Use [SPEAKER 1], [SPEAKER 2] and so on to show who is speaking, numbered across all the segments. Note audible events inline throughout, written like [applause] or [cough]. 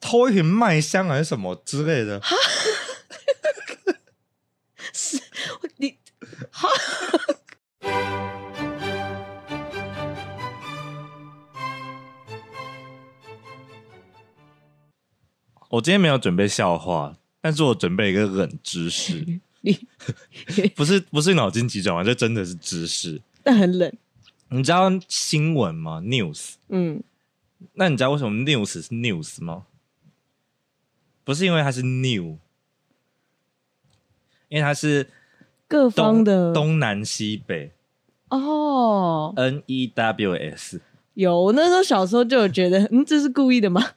[SPEAKER 1] 偷一瓶麦香还是什么之类的，
[SPEAKER 2] 你
[SPEAKER 1] 我今天没有准备笑话，但是我准备一个冷知识，
[SPEAKER 2] [laughs] 你
[SPEAKER 1] 不是不是脑筋急转弯，这真的是知识。
[SPEAKER 2] 那很冷，
[SPEAKER 1] 你知道新闻吗？News？
[SPEAKER 2] 嗯，
[SPEAKER 1] 那你知道为什么 news 是 news 吗？不是因为它是 new，因为它是
[SPEAKER 2] 各
[SPEAKER 1] 东
[SPEAKER 2] 方的
[SPEAKER 1] 东南西北
[SPEAKER 2] 哦，
[SPEAKER 1] N E W S，
[SPEAKER 2] 有我那时候小时候就有觉得， [laughs] 嗯，这是故意的吗？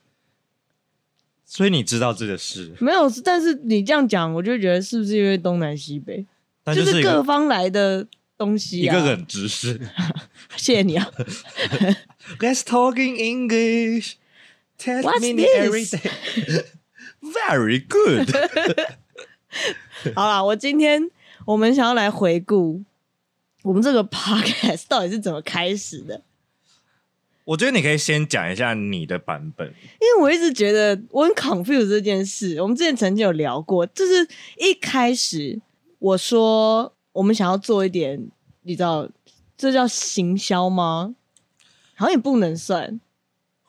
[SPEAKER 1] 所以你知道这个事，
[SPEAKER 2] 没有，但是你这样讲，我就觉得是不是因为东南西北，
[SPEAKER 1] 但
[SPEAKER 2] 就
[SPEAKER 1] 就是一
[SPEAKER 2] 各
[SPEAKER 1] 个
[SPEAKER 2] 方来的东西、
[SPEAKER 1] 一
[SPEAKER 2] 啊？
[SPEAKER 1] 个冷知识。
[SPEAKER 2] 谢谢你
[SPEAKER 1] [laughs]
[SPEAKER 2] 啊，
[SPEAKER 1] Let's talking English. Ten
[SPEAKER 2] What's
[SPEAKER 1] minutes every
[SPEAKER 2] this?
[SPEAKER 1] day. [laughs] Very good.
[SPEAKER 2] [laughs] 好啦，我今天我们想要来回顾我们这个 [laughs] podcast 到底是怎么开始的，
[SPEAKER 1] 我觉得你可以先讲一下你的版本。
[SPEAKER 2] 因为我一直觉得我很 confused 这件事。我们之前曾经有聊过，就是一开始我说我们想要做一点，你知道这叫行销吗？好像也不能算，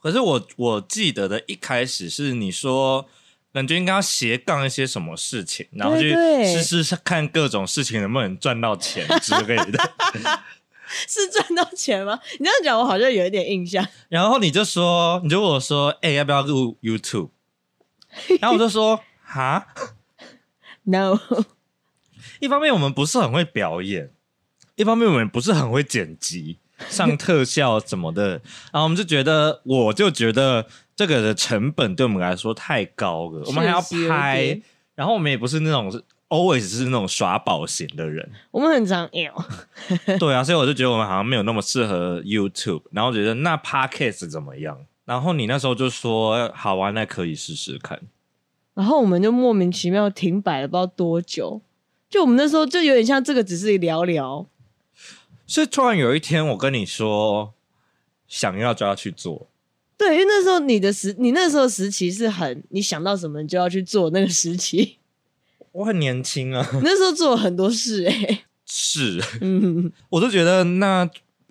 [SPEAKER 1] 可是我我记得的一开始是你说，感觉应该要斜杠一些什么事情，然后去
[SPEAKER 2] 对
[SPEAKER 1] 试试看各种事情能不能赚到钱之类
[SPEAKER 2] [laughs]
[SPEAKER 1] 的。
[SPEAKER 2] 是赚到钱吗？你这样讲，我好像有一点印象。
[SPEAKER 1] 然后你就说，你就问我说，哎、要不要录 YouTube？然后我就说，哈，
[SPEAKER 2] No， [laughs]
[SPEAKER 1] 一方面我们不是很会表演，一方面我们不是很会剪辑、上特效什么的， [laughs] 然后我们就觉得，我就觉得这个的成本对我们来说太高了，我们还要
[SPEAKER 2] 确实有
[SPEAKER 1] 拍
[SPEAKER 2] 点，
[SPEAKER 1] 然后我们也不是那种是 always 是那种耍宝型的
[SPEAKER 2] [laughs]
[SPEAKER 1] 人，
[SPEAKER 2] 我们很常 L，
[SPEAKER 1] 对啊，所以我就觉得我们好像没有那么适合 YouTube，然后觉得那 Podcast 怎么样？然后你那时候就说好啊，那可以试试看。
[SPEAKER 2] 然后我们就莫名其妙停摆了，不知道多久。就我们那时候就有点像这个，只是聊聊，
[SPEAKER 1] 所以突然有一天，我跟你说想要就要去做，
[SPEAKER 2] 对，因为那时候你的时，你那时候时期是很，你想到什么你就要去做那个时期。
[SPEAKER 1] 我很年轻啊。
[SPEAKER 2] 你那时候做了很多事、哎，
[SPEAKER 1] 是，
[SPEAKER 2] 嗯， [laughs]
[SPEAKER 1] 我就觉得那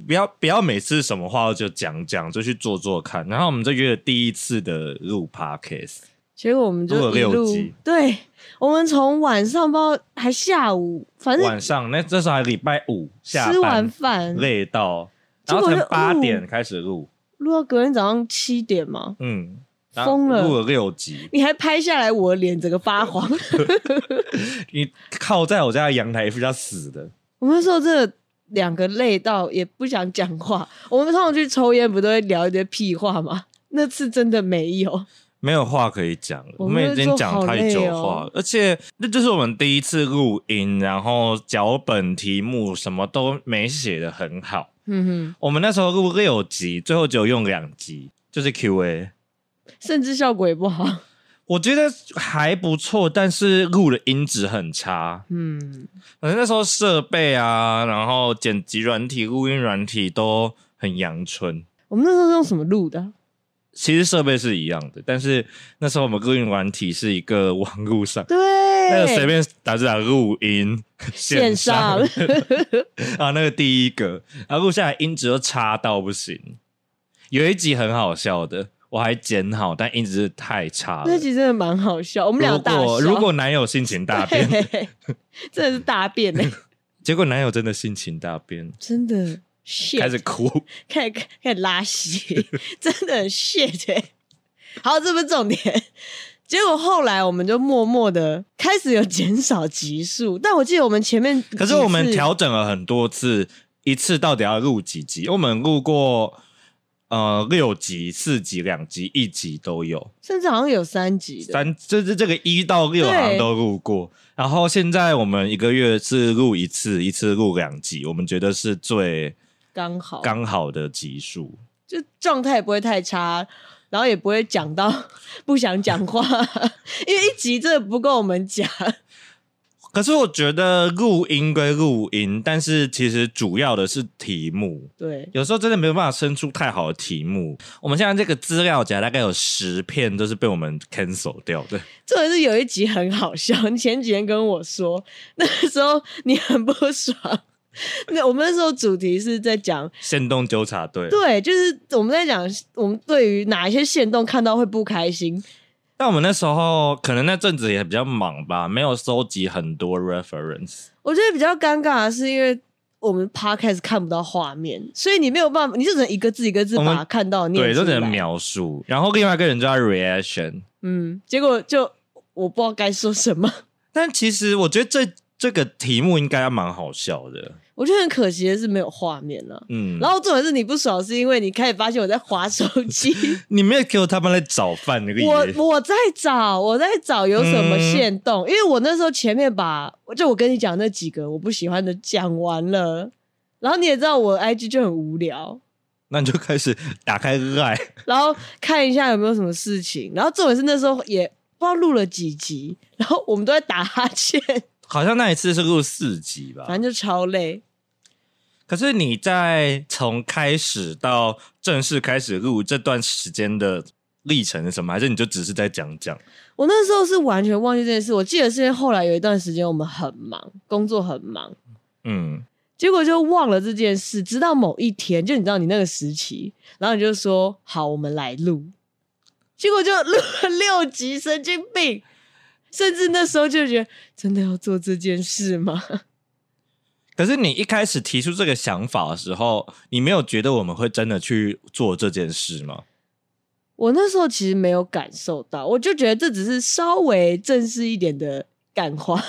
[SPEAKER 1] 不要不要每次什么话就讲讲，就去做做看。然后我们就约了第一次的录 podcast，
[SPEAKER 2] 结果我们就
[SPEAKER 1] 录了
[SPEAKER 2] 一
[SPEAKER 1] 六
[SPEAKER 2] 路
[SPEAKER 1] 集，
[SPEAKER 2] 对，我们从晚上包还下午，反正
[SPEAKER 1] 晚上那这时候还礼拜五下
[SPEAKER 2] 吃完
[SPEAKER 1] 班
[SPEAKER 2] 饭
[SPEAKER 1] 累到，
[SPEAKER 2] 结
[SPEAKER 1] 然
[SPEAKER 2] 果
[SPEAKER 1] 后
[SPEAKER 2] 就
[SPEAKER 1] 从八
[SPEAKER 2] 哦
[SPEAKER 1] 点开始录，
[SPEAKER 2] 录到隔天早上七点嘛，
[SPEAKER 1] 嗯，然后
[SPEAKER 2] 疯了
[SPEAKER 1] 录了六集。
[SPEAKER 2] 你还拍下来我的脸整个发黄。 [laughs]
[SPEAKER 1] 你靠在我家的阳台是要死的，
[SPEAKER 2] 我们那时候真的两个累到也不想讲话，我们通常去抽烟不都会聊一堆屁话吗？ [laughs] 那次真的没有。
[SPEAKER 1] 没有话可以讲了，
[SPEAKER 2] 我
[SPEAKER 1] 我
[SPEAKER 2] 们
[SPEAKER 1] 们已经讲太久
[SPEAKER 2] 那时候好
[SPEAKER 1] 话
[SPEAKER 2] 累哦
[SPEAKER 1] 了，而且那就是我们第一次录音，然后脚本、题目什么都没写的很好。
[SPEAKER 2] 嗯
[SPEAKER 1] 我们那时候录六集，最后只有用两集，就是 Q&A。
[SPEAKER 2] 哼，甚至效果也不好。
[SPEAKER 1] 我觉得还不错，但是录的音质很差。
[SPEAKER 2] 嗯，
[SPEAKER 1] 反正那时候设备啊，然后剪辑软体、录音软体都很阳春。
[SPEAKER 2] 我们那时候是用什么录的啊？
[SPEAKER 1] 其实设备是一样的，但是那时候我们录音软体是一个网络上，
[SPEAKER 2] 对，
[SPEAKER 1] 那个随便打字打录音
[SPEAKER 2] 线上
[SPEAKER 1] [laughs] 啊，那个第一个，然后录下来音质都差到不行。有一集很好笑的，我还剪好，但音质太差了
[SPEAKER 2] 那。集真的蛮好笑，我们俩
[SPEAKER 1] 如
[SPEAKER 2] 大笑。
[SPEAKER 1] 果如果男友性情大变，
[SPEAKER 2] 对 [laughs] 真的是大
[SPEAKER 1] [laughs]
[SPEAKER 2] 便呢、
[SPEAKER 1] 结果男友真的性情大
[SPEAKER 2] [laughs]
[SPEAKER 1] 变，
[SPEAKER 2] 真的 shit，
[SPEAKER 1] 开始哭。
[SPEAKER 2] 开始开始拉稀， [laughs] 真的很 shit 欸、好，这不是重点。结果后来我们就默默的开始有减少集数，但我记得我们前面
[SPEAKER 1] 可是我们
[SPEAKER 2] 几次
[SPEAKER 1] 调整了很多次，一次到底要录几集？我们录过呃六集、四集、两集、一集都有，
[SPEAKER 2] 甚至好像有三集的，
[SPEAKER 1] 三就是这个一到六好
[SPEAKER 2] 对
[SPEAKER 1] 像都录过。然后现在我们一个月是录一次，一次录两集，我们觉得是最
[SPEAKER 2] 刚好
[SPEAKER 1] 刚好的集数。
[SPEAKER 2] 就状态也不会太差，然后也不会讲 [laughs] 到不想讲话，因为一集真的不够我们讲。
[SPEAKER 1] 可是我觉得录音归录音，但是其实主要的是题目，
[SPEAKER 2] 对，
[SPEAKER 1] 有时候真的没有办法生出太好的题目。我们现在这个资料夹大概有十片都是被我们 cancel 掉的。
[SPEAKER 2] 重点是有一集很好笑，你前几天跟我说， [laughs] 那个时候你很不爽。那我们那时候主题是在讲，
[SPEAKER 1] 仙洞纠察队，
[SPEAKER 2] 对，就是我们在讲我们对于哪一些线动看到会不开心，
[SPEAKER 1] 但我们那时候可能那阵子也比较忙吧，没有收集很多 reference。
[SPEAKER 2] 我觉得比较尴尬的是，因为我们 podcast 看不到画面，所以你没有办法，你就只能一个字一个字
[SPEAKER 1] 我们
[SPEAKER 2] 把看到的念
[SPEAKER 1] 对，
[SPEAKER 2] 出
[SPEAKER 1] 都
[SPEAKER 2] 来。
[SPEAKER 1] 只能描述，然后另外一个人就要 reaction。
[SPEAKER 2] 嗯，结果就我不知道该说什么。
[SPEAKER 1] 但其实我觉得这这个题目应该蛮好笑的，
[SPEAKER 2] 我觉得很可惜的是没有画面了、
[SPEAKER 1] 嗯。
[SPEAKER 2] 然后重点是你不爽，是因为你开始发现我在划手机，
[SPEAKER 1] 你没有给我他们来找饭那个耶，
[SPEAKER 2] 我我在找我在找有什么线动，因为我那时候前面把就我跟你讲那几个我不喜欢的讲完了，然后你也知道我 IG 就很无聊，
[SPEAKER 1] 那你就开始打开 line，
[SPEAKER 2] 然后看一下有没有什么事情。然后重点是那时候也不知道录了几集，然后我们都在打哈欠，
[SPEAKER 1] 好像那一次是录四集吧。
[SPEAKER 2] 反正就超累。
[SPEAKER 1] 可是你在从开始到正式开始录这段时间的历程是什么？还是你就只是在讲讲？
[SPEAKER 2] 我那时候是完全忘记这件事，我记得是因为后来有一段时间我们很忙，工作很忙，
[SPEAKER 1] 嗯，
[SPEAKER 2] 结果就忘了这件事。直到某一天，就你知道你那个时期，然后你就说好，我们来录，结果就录了六集，神经病。甚至那时候就觉得，真的要做这件事吗？ [laughs]
[SPEAKER 1] 可是你一开始提出这个想法的时候，你没有觉得我们会真的去做这件事吗？
[SPEAKER 2] 我那时候其实没有感受到，我就觉得这只是稍微正式一点的感化，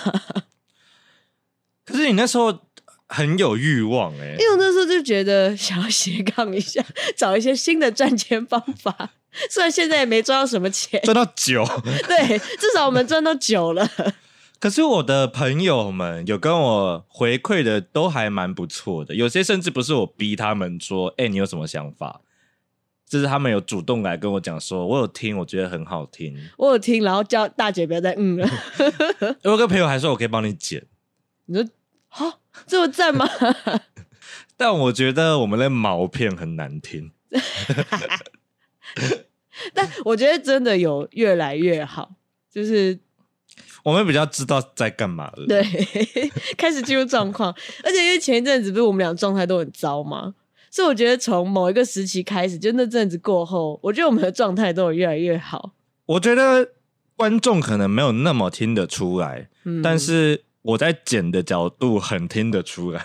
[SPEAKER 1] 可是你那时候很有欲望哎、
[SPEAKER 2] 因为我那时候就觉得想要斜杠一下，找一些新的赚钱方法。虽然现在也没赚到什么钱，
[SPEAKER 1] 赚到酒。 [laughs]
[SPEAKER 2] 对，至少我们赚到酒了。
[SPEAKER 1] 可是我的朋友们有跟我回馈的都还蛮不错的，有些甚至不是我逼他们说，哎、你有什么想法？就是他们有主动来跟我讲说，我有听，我觉得很好听。
[SPEAKER 2] 我有听，然后叫大姐不要再嗯了。
[SPEAKER 1] 我有个朋友还说我可以帮你剪，
[SPEAKER 2] 你说好、啊这么赞吗？ [laughs]
[SPEAKER 1] 但我觉得我们的毛片很难听。
[SPEAKER 2] 但我觉得真的有越来越好，就是
[SPEAKER 1] 我们比较知道在干嘛了。
[SPEAKER 2] 对，开始进入状况。而且因为前一阵子不是我们俩状态都很糟吗？所以我觉得从某一个时期开始，就那阵子过后，我觉得我们的状态都有越来越好。
[SPEAKER 1] 我觉得观众可能没有那么听得出来，
[SPEAKER 2] 嗯，
[SPEAKER 1] 但是我在剪的角度很听得出来。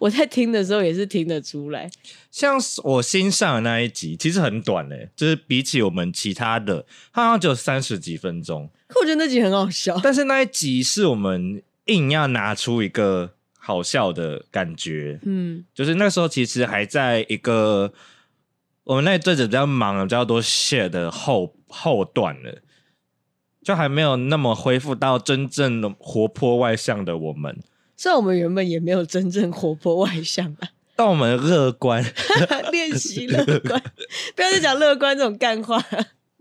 [SPEAKER 2] 我在听的时候也是听得出来，
[SPEAKER 1] 像是我新上的那一集，其实很短嘞、就是比起我们其他的，它好像只有三十几分钟。
[SPEAKER 2] 可我觉得那集很好笑。
[SPEAKER 1] 但是那一集是我们硬要拿出一个好笑的感觉，
[SPEAKER 2] [laughs] 嗯，
[SPEAKER 1] 就是那时候其实还在一个我们那一阵子比较忙，比较多 shit 的后后段了，就还没有那么恢复到真正的活泼外向的我们，
[SPEAKER 2] 虽然我们原本也没有真正活泼外向 [laughs] 啊，
[SPEAKER 1] 但我们乐观。
[SPEAKER 2] 练习乐观，不要再讲乐观这种干话。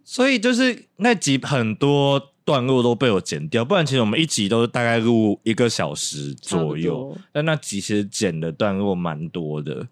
[SPEAKER 1] 所以就是那集很多段落都被我剪掉，不然其实我们一集都大概录一个小时 [laughs] 左
[SPEAKER 2] 差不
[SPEAKER 1] 右
[SPEAKER 2] 多，
[SPEAKER 1] 但那集其实剪的段落蛮多的。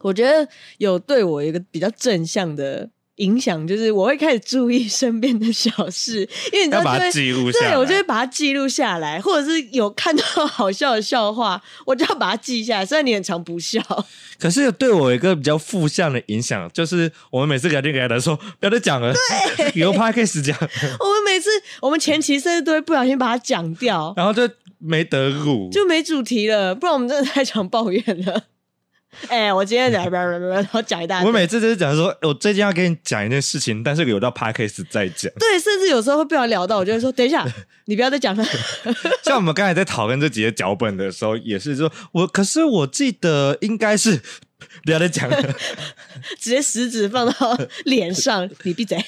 [SPEAKER 2] 我觉得有对我一个比较正向的影响，就是我会开始注意身边的小事，因为你知道
[SPEAKER 1] 要把
[SPEAKER 2] 就
[SPEAKER 1] 它
[SPEAKER 2] 会。
[SPEAKER 1] 记录下来，
[SPEAKER 2] 对，我就会把它记录下来，或者是有看到 [laughs] 好笑的笑话，我就要把它记下来。虽然你很常不笑， [laughs]
[SPEAKER 1] 可是对我有一个比较负向的影响，就是我们每次聊天给他说不要再讲了， [laughs] 以后 podcast 讲，
[SPEAKER 2] 我们每次我们前期甚至都会不小心把它讲掉，
[SPEAKER 1] 然后就没得
[SPEAKER 2] [laughs]
[SPEAKER 1] 录。
[SPEAKER 2] 就没主题了。不然我们真的太常抱怨了。哎、我今天讲，然后讲一大堆
[SPEAKER 1] 我。每次就是讲说，哦我最近要跟你讲一件事情，但是留到 podcast 再讲。
[SPEAKER 2] 对，甚至有时候会不小心聊到，我就会说：“等一下，你不要再讲了。 [laughs]
[SPEAKER 1] 像我们刚才在讨论这几个脚本的时候，也是说，我可是我记得应该是 [laughs] 不要再讲了，”
[SPEAKER 2] 直接食指放到脸上，你闭嘴。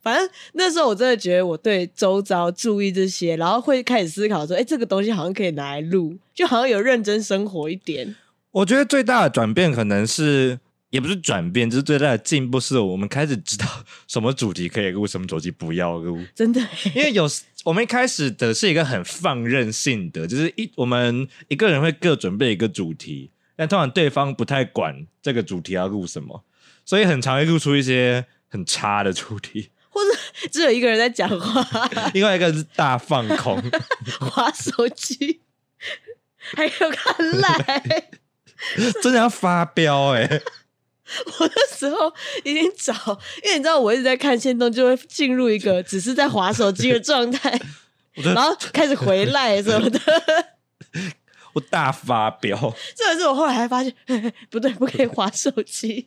[SPEAKER 2] 反正那时候我真的觉得我对周遭注意这些，然后会开始思考说：“哎、这个东西好像可以拿来录，就好像有认真生活一点。
[SPEAKER 1] 我觉得最大的转变可能是也不是转变，就是最大的进步是我们开始知道什么主题可以录，什么主题不要录。
[SPEAKER 2] 真的， [laughs]
[SPEAKER 1] 因为有时我们一开始的是一个很放任性的，就是一我们一个人会各准备一个主题，但通常对方不太管这个主题要录什么，所以很常会录出一些很差的主题。
[SPEAKER 2] 或者只有一个人在讲话， [laughs]
[SPEAKER 1] 另外一个是大放空，
[SPEAKER 2] 划手机，还有看来。
[SPEAKER 1] 真的要发飙哎、
[SPEAKER 2] 我那时候已经找，因为你知道我一直在看线动，就会进入一个只是在划手机的状态，
[SPEAKER 1] 我真
[SPEAKER 2] 然
[SPEAKER 1] 的
[SPEAKER 2] 后开始回赖什
[SPEAKER 1] [laughs]
[SPEAKER 2] 么的。
[SPEAKER 1] [laughs] 我大发飙，
[SPEAKER 2] 这也是我后来还发现， [laughs] 不对，不可以划手机。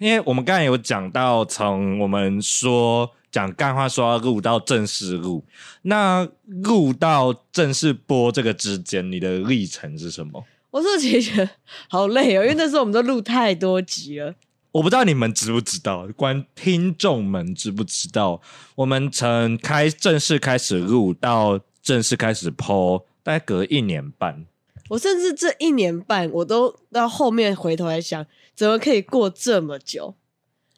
[SPEAKER 1] 因为我们刚才有讲到，从我们说讲干话说要录到正式录，那录到正式播这个之间，你的历程是什么？
[SPEAKER 2] 我说其实觉得好累哦，因为那时候我们都录太多集了。
[SPEAKER 1] 我不知道你们知不知道，观听众们知不知道，我们从开正式开始录到正式开始播，大概隔一年半。
[SPEAKER 2] 我甚至这一年半，我都到后面回头来想，怎么可以过这么久？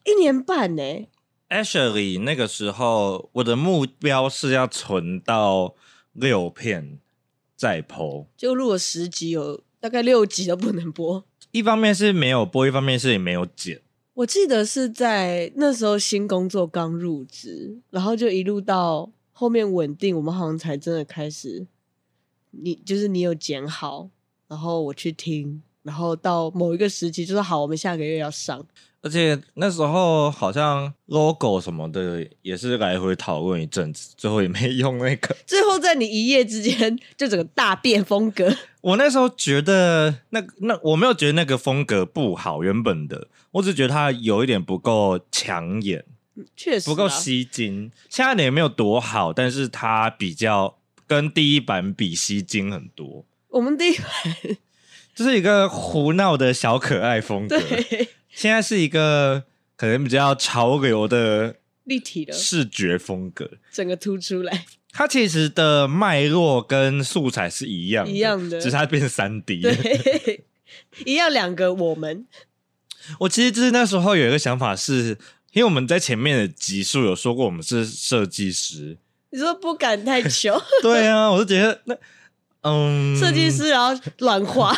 [SPEAKER 2] 一年半呢、
[SPEAKER 1] Actually，那个时候我的目标是要存到六片再播。
[SPEAKER 2] 就录了十集，有大概六集都不能播。
[SPEAKER 1] 一方面是没有播，一方面是也没有剪。
[SPEAKER 2] 我记得是在那时候新工作刚入职，然后就一路到后面稳定，我们好像才真的开始，你就是你有剪好，然后我去听，然后到某一个时期，就是好，我们下个月要上，
[SPEAKER 1] 而且那时候好像 logo 什么的也是来回讨论一阵子，最后也没用那个。 [laughs]
[SPEAKER 2] 最后在你一夜之间就整个大变风格，
[SPEAKER 1] 我那时候觉得那那我没有觉得那个风格不好，原本的，我只觉得它有一点不够抢眼，
[SPEAKER 2] 确实、啊、
[SPEAKER 1] 不够吸睛。现在的也没有多好，但是它比较跟第一版比吸睛很多，
[SPEAKER 2] 我们第一
[SPEAKER 1] 就是一个胡闹的小可爱风格。
[SPEAKER 2] 对
[SPEAKER 1] 现在是一个可能比较潮流的
[SPEAKER 2] 立体的
[SPEAKER 1] 视觉风格，
[SPEAKER 2] 整个凸出来，
[SPEAKER 1] 它其实的脉络跟素材是一样
[SPEAKER 2] 一样的
[SPEAKER 1] 只是它变三 D。
[SPEAKER 2] 对，一样两个我们，
[SPEAKER 1] [laughs] 我其实就是那时候有一个想法是，因为我们在前面的集数有说过我们是设计
[SPEAKER 2] [laughs]
[SPEAKER 1] 师，
[SPEAKER 2] 你说不敢太久。
[SPEAKER 1] 对啊，我就觉得那嗯，
[SPEAKER 2] 设计，师然后乱画，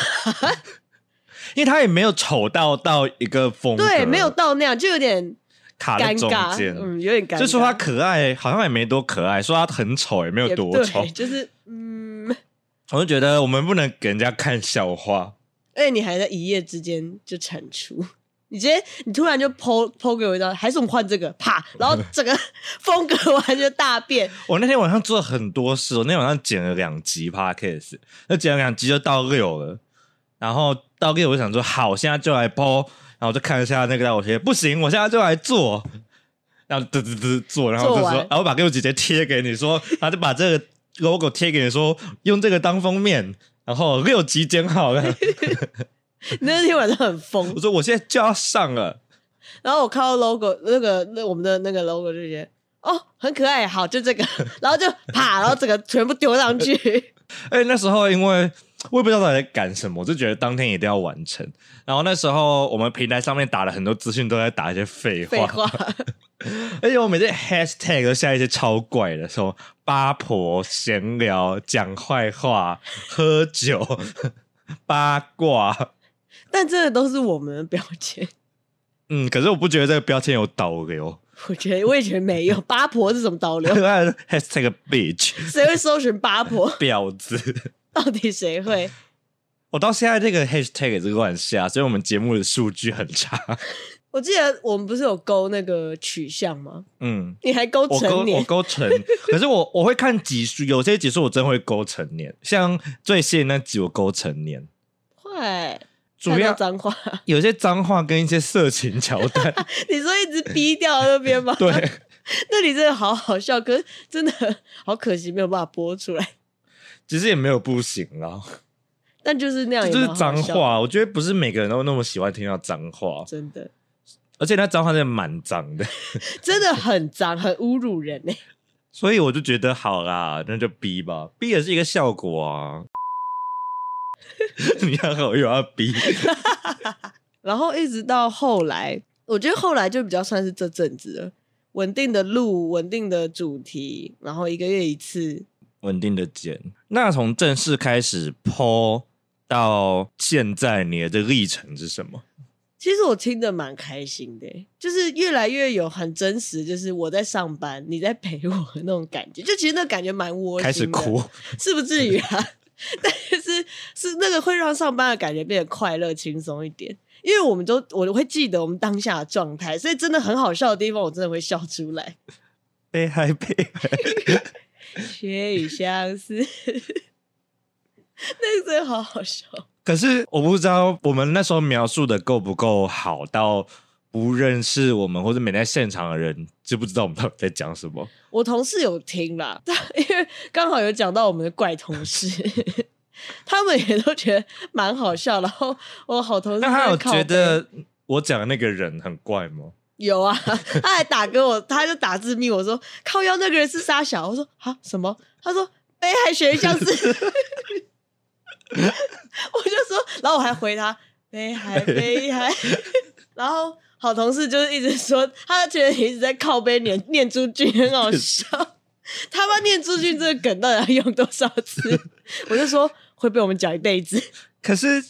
[SPEAKER 1] 因为他也没有丑到到一个风格，
[SPEAKER 2] 对，没有到那样，就有点
[SPEAKER 1] 卡在
[SPEAKER 2] 尴
[SPEAKER 1] 中
[SPEAKER 2] 尬，
[SPEAKER 1] 间，
[SPEAKER 2] 嗯，有点尴尬。
[SPEAKER 1] 就说他可爱，好像也没多可爱；说他很丑，也没有
[SPEAKER 2] 也
[SPEAKER 1] 多
[SPEAKER 2] 对，
[SPEAKER 1] 丑。
[SPEAKER 2] 就是嗯，
[SPEAKER 1] 我就觉得我们不能给人家看笑话，
[SPEAKER 2] 而且你还在一夜之间就产出。你今天你突然就剖剖给我一张，还是我们换这个啪，然后整个 [laughs] 风格完全大变。
[SPEAKER 1] 我那天晚上做了很多事，我那天晚上剪了两集 podcast，那剪了两集就到六了，然后到六我就想说好，现在就来播，然后我就看一下那个大我贴，不行，我现在就来做，然后嘚嘚嘚做，然后就
[SPEAKER 2] 做
[SPEAKER 1] 说，
[SPEAKER 2] 完
[SPEAKER 1] 然后我把六集直接贴给你说，然后就把这个 logo 贴给你说，用这个当封面，然后六集剪好了，
[SPEAKER 2] 那天晚上很疯
[SPEAKER 1] 我，说我现在就要上了，
[SPEAKER 2] 然后我看到 logo 那个那我们的那个 logo 就觉得哦很可爱，好就
[SPEAKER 1] [laughs]
[SPEAKER 2] 这个，然后就啪，然后整个全部丢上去。
[SPEAKER 1] 而哎且那时候因为我也不知道到底在赶什么，我就觉得当天一定要完成。然后那时候我们平台上面打了很多资讯，都在打一些废话，
[SPEAKER 2] 废话，
[SPEAKER 1] 而且我每次 hashtag 都下一些超怪的，什么八婆闲聊、讲坏话、喝酒、 [laughs] 八卦。
[SPEAKER 2] 但真的都是我们的标签。
[SPEAKER 1] 嗯，可是我不觉得这个标签有导流， [laughs]
[SPEAKER 2] 我觉得我也觉得没有，八婆是什么导流？
[SPEAKER 1] hashtag bitch
[SPEAKER 2] 谁会搜寻八婆？ [laughs]
[SPEAKER 1] 婊子。
[SPEAKER 2] 到底谁会？
[SPEAKER 1] 我到现在这个 hashtag 也是乱下，所以我们节目的数据很差。
[SPEAKER 2] 我记得我们不是有勾那个取向吗？
[SPEAKER 1] 嗯，
[SPEAKER 2] 你还勾
[SPEAKER 1] [laughs] 我勾
[SPEAKER 2] 成
[SPEAKER 1] 我
[SPEAKER 2] 年，
[SPEAKER 1] 勾成，可是我我会看集数，有些集数我真会勾成年，像最新的那集我勾成年，
[SPEAKER 2] 快
[SPEAKER 1] 主
[SPEAKER 2] 看到
[SPEAKER 1] 要
[SPEAKER 2] 脏话。
[SPEAKER 1] 有些脏话跟一些色情桥段， [laughs]
[SPEAKER 2] 你说一直逼掉那边吗？
[SPEAKER 1] 对，
[SPEAKER 2] 那里真的好好笑，可是真的好可惜，没有办法播出来。
[SPEAKER 1] 其实也没有不行啦，
[SPEAKER 2] 但就是那样
[SPEAKER 1] 这
[SPEAKER 2] 也
[SPEAKER 1] 就是
[SPEAKER 2] 蛮好
[SPEAKER 1] 脏
[SPEAKER 2] 笑，
[SPEAKER 1] 话，我觉得不是每个人都那么喜欢听到脏话，
[SPEAKER 2] 真的
[SPEAKER 1] 而且那脏话真的蛮脏的，
[SPEAKER 2] 真的很脏，很侮辱人欸呢、
[SPEAKER 1] 所以我就觉得好啦，那就逼吧，逼也是一个效 [laughs] 果啊。你要好又要逼，
[SPEAKER 2] 然后一直到后来，我觉得后来就比较算是这阵子了，稳定的录，稳定的主题，然后一个月一次，
[SPEAKER 1] 稳定的剪。那从正式开始剖到现在，你的这个历程是什么？
[SPEAKER 2] 其实我听得蛮开心的欸，就是越来越有很真实，就是我在上班，你在陪我的那种感觉。就其实那感觉蛮窝心的，
[SPEAKER 1] 开始哭，
[SPEAKER 2] 是不至于啊， [laughs] 但是是那个会让上班的感觉变得快乐、轻松一点。因为我们都我会记得我们当下的状态，所以真的很好笑的地方，我真的会笑出来。 [laughs]
[SPEAKER 1] 悲哀悲哀。 [laughs]
[SPEAKER 2] 血与相思， [laughs] 那个真的好好笑。
[SPEAKER 1] 可是我不知道我们那时候描述的够不够好，到不认识我们或者没在现场的人知不知道我们到底在讲什么？
[SPEAKER 2] 我同事有听啦，但因为刚好有讲到我们的怪同事，他们也都觉得蛮好笑。然后我好同事
[SPEAKER 1] 那他有
[SPEAKER 2] 在靠
[SPEAKER 1] 觉
[SPEAKER 2] 背
[SPEAKER 1] 得我讲的那个人很怪吗？
[SPEAKER 2] 有啊， [laughs] 他还打给我，他就打字密我说靠腰那个人是沙小，我说啊什么？他说北海学校是，我就 [laughs] 说，然后我还回他北海北海， [laughs] 然后好同事就是一直说，他觉得你一直在靠背念念朱俊，很好
[SPEAKER 1] [laughs]
[SPEAKER 2] 笑。他妈念朱俊这个梗到底要用多少次？ [laughs] 我就说会被我们讲一辈子。
[SPEAKER 1] 可是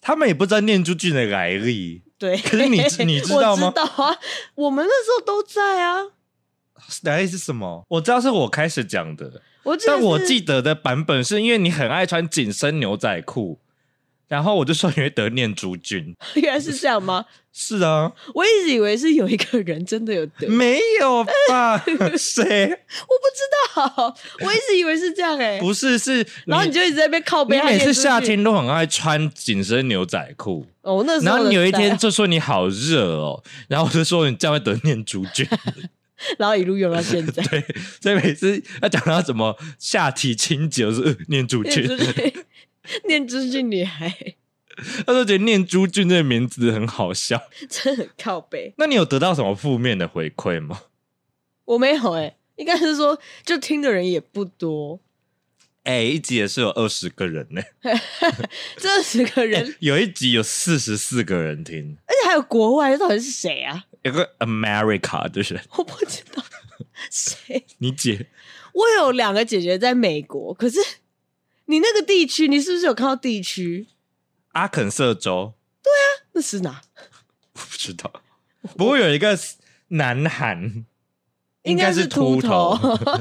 [SPEAKER 1] 他们也不知道念珠俊的来历，
[SPEAKER 2] 对，
[SPEAKER 1] 可是你知你知道吗
[SPEAKER 2] [laughs] 我知道啊，我们那时候都在啊。
[SPEAKER 1] 来历是什么？我知道是我开始讲的，
[SPEAKER 2] 我记得
[SPEAKER 1] 但我
[SPEAKER 2] 是
[SPEAKER 1] 记得的版本是因为你很爱穿紧身牛仔裤，然后我就说你会得念珠菌。
[SPEAKER 2] [laughs] 原来是这样吗？
[SPEAKER 1] 是啊，
[SPEAKER 2] 我一直以为是有一个人真的有得，我不
[SPEAKER 1] 没有
[SPEAKER 2] [laughs]
[SPEAKER 1] 吧？谁？
[SPEAKER 2] 知道，我一直以为是这样哎、
[SPEAKER 1] 不是，是
[SPEAKER 2] 然后你就一直在那边靠
[SPEAKER 1] 你
[SPEAKER 2] 背，
[SPEAKER 1] 每次夏
[SPEAKER 2] 夏，
[SPEAKER 1] 天都很爱穿紧身牛仔裤，
[SPEAKER 2] 哦，我那时候
[SPEAKER 1] 然后你有一
[SPEAKER 2] 的 style
[SPEAKER 1] 天，就说你好热哦，然后我就说你这样会得念珠
[SPEAKER 2] [laughs]
[SPEAKER 1] 菌。
[SPEAKER 2] 然后一路用到现在，
[SPEAKER 1] 对，所以每次要讲到什么下体清 [laughs] 洁，我说、呃、念珠
[SPEAKER 2] 念
[SPEAKER 1] 菌
[SPEAKER 2] 珠，俊，念珠俊女孩，
[SPEAKER 1] 他说觉得念珠菌这个名字很好笑。
[SPEAKER 2] [laughs] 真的很靠背。
[SPEAKER 1] 那你有得到什么负面的回馈吗？
[SPEAKER 2] 我没有哎、应该是说就听的人也不多，
[SPEAKER 1] 哎、一集也是有二十个人呢、 [laughs]
[SPEAKER 2] 这十个人，
[SPEAKER 1] 有一集有四十四个人听，
[SPEAKER 2] 而且还有国外，到底是谁啊？
[SPEAKER 1] 有个 America 的人，
[SPEAKER 2] 我不知
[SPEAKER 1] [laughs]
[SPEAKER 2] 道谁。
[SPEAKER 1] 你姐
[SPEAKER 2] 我有两个姐姐在美国，可是你那个地区，你是不是有看到地区？
[SPEAKER 1] 阿肯色州，
[SPEAKER 2] 那是哪？
[SPEAKER 1] 我不知道，不过有一个南韩，
[SPEAKER 2] 应
[SPEAKER 1] 该
[SPEAKER 2] 该是
[SPEAKER 1] 秃
[SPEAKER 2] 秃头
[SPEAKER 1] 头，
[SPEAKER 2] [laughs]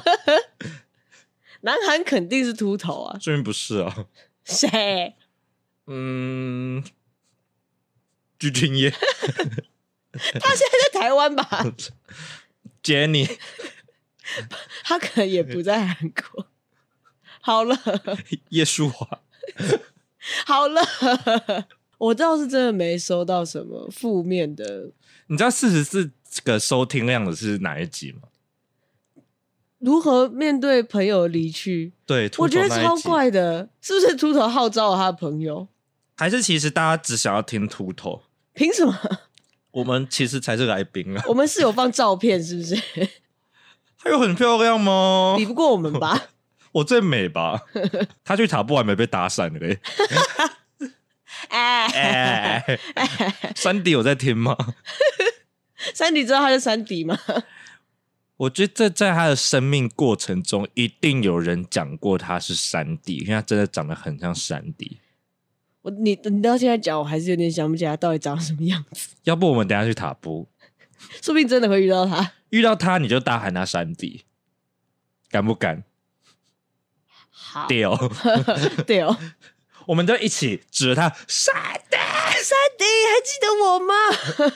[SPEAKER 2] 南韩肯定是秃头啊！
[SPEAKER 1] 说明不是啊，
[SPEAKER 2] 谁？
[SPEAKER 1] 嗯，具俊晔
[SPEAKER 2] 他现在在台湾吧？
[SPEAKER 1] Jenny
[SPEAKER 2] 他可能也不在韩国。好了，
[SPEAKER 1] 叶舒华，
[SPEAKER 2] 好了，我倒是真的没收到什么负面的。
[SPEAKER 1] 你知道四十四个收听量的是哪一集吗？
[SPEAKER 2] 如何面对朋友离去？
[SPEAKER 1] 对，
[SPEAKER 2] 我觉得
[SPEAKER 1] 秃头那
[SPEAKER 2] 超
[SPEAKER 1] 一集，
[SPEAKER 2] 怪的，是不是秃头号召了他的朋友？
[SPEAKER 1] 还是其实大家只想要听秃头，
[SPEAKER 2] 凭什么？
[SPEAKER 1] 我们其实才是来宾啊， [laughs]
[SPEAKER 2] 我们是有放照片，是不 [laughs] 是？
[SPEAKER 1] 她有很漂亮吗？
[SPEAKER 2] 比不过我
[SPEAKER 1] [laughs]
[SPEAKER 2] 们吧？
[SPEAKER 1] 我最美 [laughs] 吧？她去塔布还没被打散嘞、
[SPEAKER 2] 哎，
[SPEAKER 1] 哎、 [laughs] 三弟有在听吗？
[SPEAKER 2] 三迪知道他是三迪吗？
[SPEAKER 1] 我觉得这在他的生命过程中，一定有人讲过他是山地，因为他真的长得很像山地。
[SPEAKER 2] 我你你到现在讲，我还是有点想不起来他到底长什么样子，
[SPEAKER 1] 要不我们等一下去塔布，
[SPEAKER 2] 说不定真的会遇到他。
[SPEAKER 1] 遇到他你就大喊他山地，敢不敢？
[SPEAKER 2] 好，
[SPEAKER 1] 对哦，
[SPEAKER 2] [laughs] 对哦，
[SPEAKER 1] [laughs] 我们就一起指着他山地。
[SPEAKER 2] 三迪还记得我吗？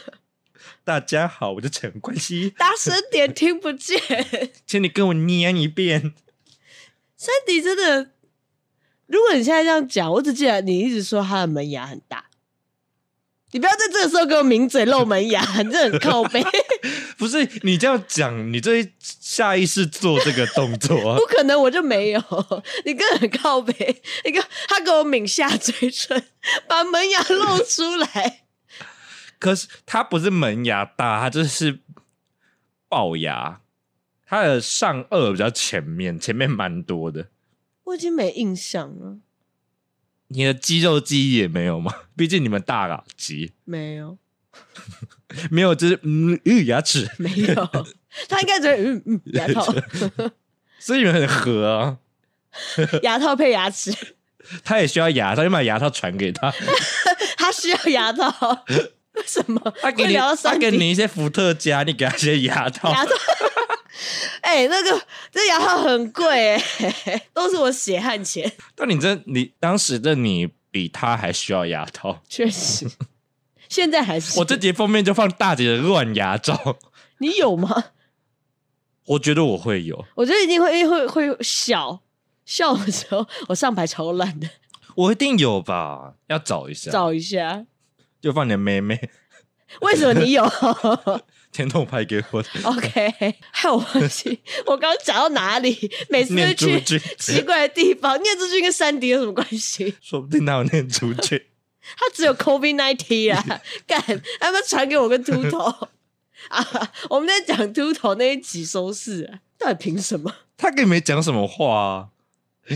[SPEAKER 1] 大家好，我是陈冠希，
[SPEAKER 2] 大声点，听不见。
[SPEAKER 1] 请你跟我念一遍。
[SPEAKER 2] 三迪真的，如果你现在这样讲，我只记得你一直说他的门牙很大。你不要在这个时候给我抿嘴露门牙，你这很靠背，不
[SPEAKER 1] 不是你这样讲，你就会下意识做这个动
[SPEAKER 2] [laughs]
[SPEAKER 1] 作啊。
[SPEAKER 2] 可能我就没有，你更很靠背，你看他给我抿下嘴唇，把门牙露出来，
[SPEAKER 1] 可是它不是门牙大，它就是龅牙，它的上颚比较前面，前面蛮多的。
[SPEAKER 2] 我已经没印象了。
[SPEAKER 1] 你的肌肉记忆也没有吗？ [laughs] 毕竟你们大啦肌
[SPEAKER 2] 没有，
[SPEAKER 1] 没有，就是嗯嗯牙齿，
[SPEAKER 2] [laughs] 没有，他应该只会嗯嗯牙
[SPEAKER 1] [laughs]
[SPEAKER 2] 套，
[SPEAKER 1] 所以你们很合啊。
[SPEAKER 2] 牙套配牙齿， [laughs]
[SPEAKER 1] 他也需要牙套，就把牙套传给他，
[SPEAKER 2] 他需要牙套， [laughs] 为什么？
[SPEAKER 1] 他给
[SPEAKER 2] 会
[SPEAKER 1] 你
[SPEAKER 2] 聊到
[SPEAKER 1] 他
[SPEAKER 2] 三
[SPEAKER 1] 给
[SPEAKER 2] 点
[SPEAKER 1] 你一些伏特加，你给他一些牙套，
[SPEAKER 2] 牙套。哎、那个这牙套很贵哎、 [laughs] 都是我血汗钱。
[SPEAKER 1] 但你真你当时的你比他还需要牙套。
[SPEAKER 2] 确实，现在还是
[SPEAKER 1] [laughs] 我这节封面就放大姐的乱牙照，
[SPEAKER 2] 你有吗？
[SPEAKER 1] [laughs] 我觉得我会有，
[SPEAKER 2] 我觉得一定会因为会会笑笑的时候，我上排超烂的，
[SPEAKER 1] 我一定有吧？要找一下，
[SPEAKER 2] 找一下
[SPEAKER 1] 就放你的妹妹 [laughs]
[SPEAKER 2] 为什么你有 [laughs]
[SPEAKER 1] 天童拍给我的，
[SPEAKER 2] ？OK，害我忘记我刚刚讲到哪里，每次
[SPEAKER 1] 念
[SPEAKER 2] 都
[SPEAKER 1] 朱
[SPEAKER 2] 去
[SPEAKER 1] 军， [laughs]
[SPEAKER 2] 奇怪的地方。念这句跟山迪有什么关系？ [laughs]
[SPEAKER 1] 说不定他有念朱军。
[SPEAKER 2] 他只有 COVID nineteen 啦， [laughs] 干，他要不要传给我跟秃头 [laughs] 啊？我们在讲秃头那一集收视、啊，到底凭什么？ [laughs]
[SPEAKER 1] 他根本没讲什么话啊，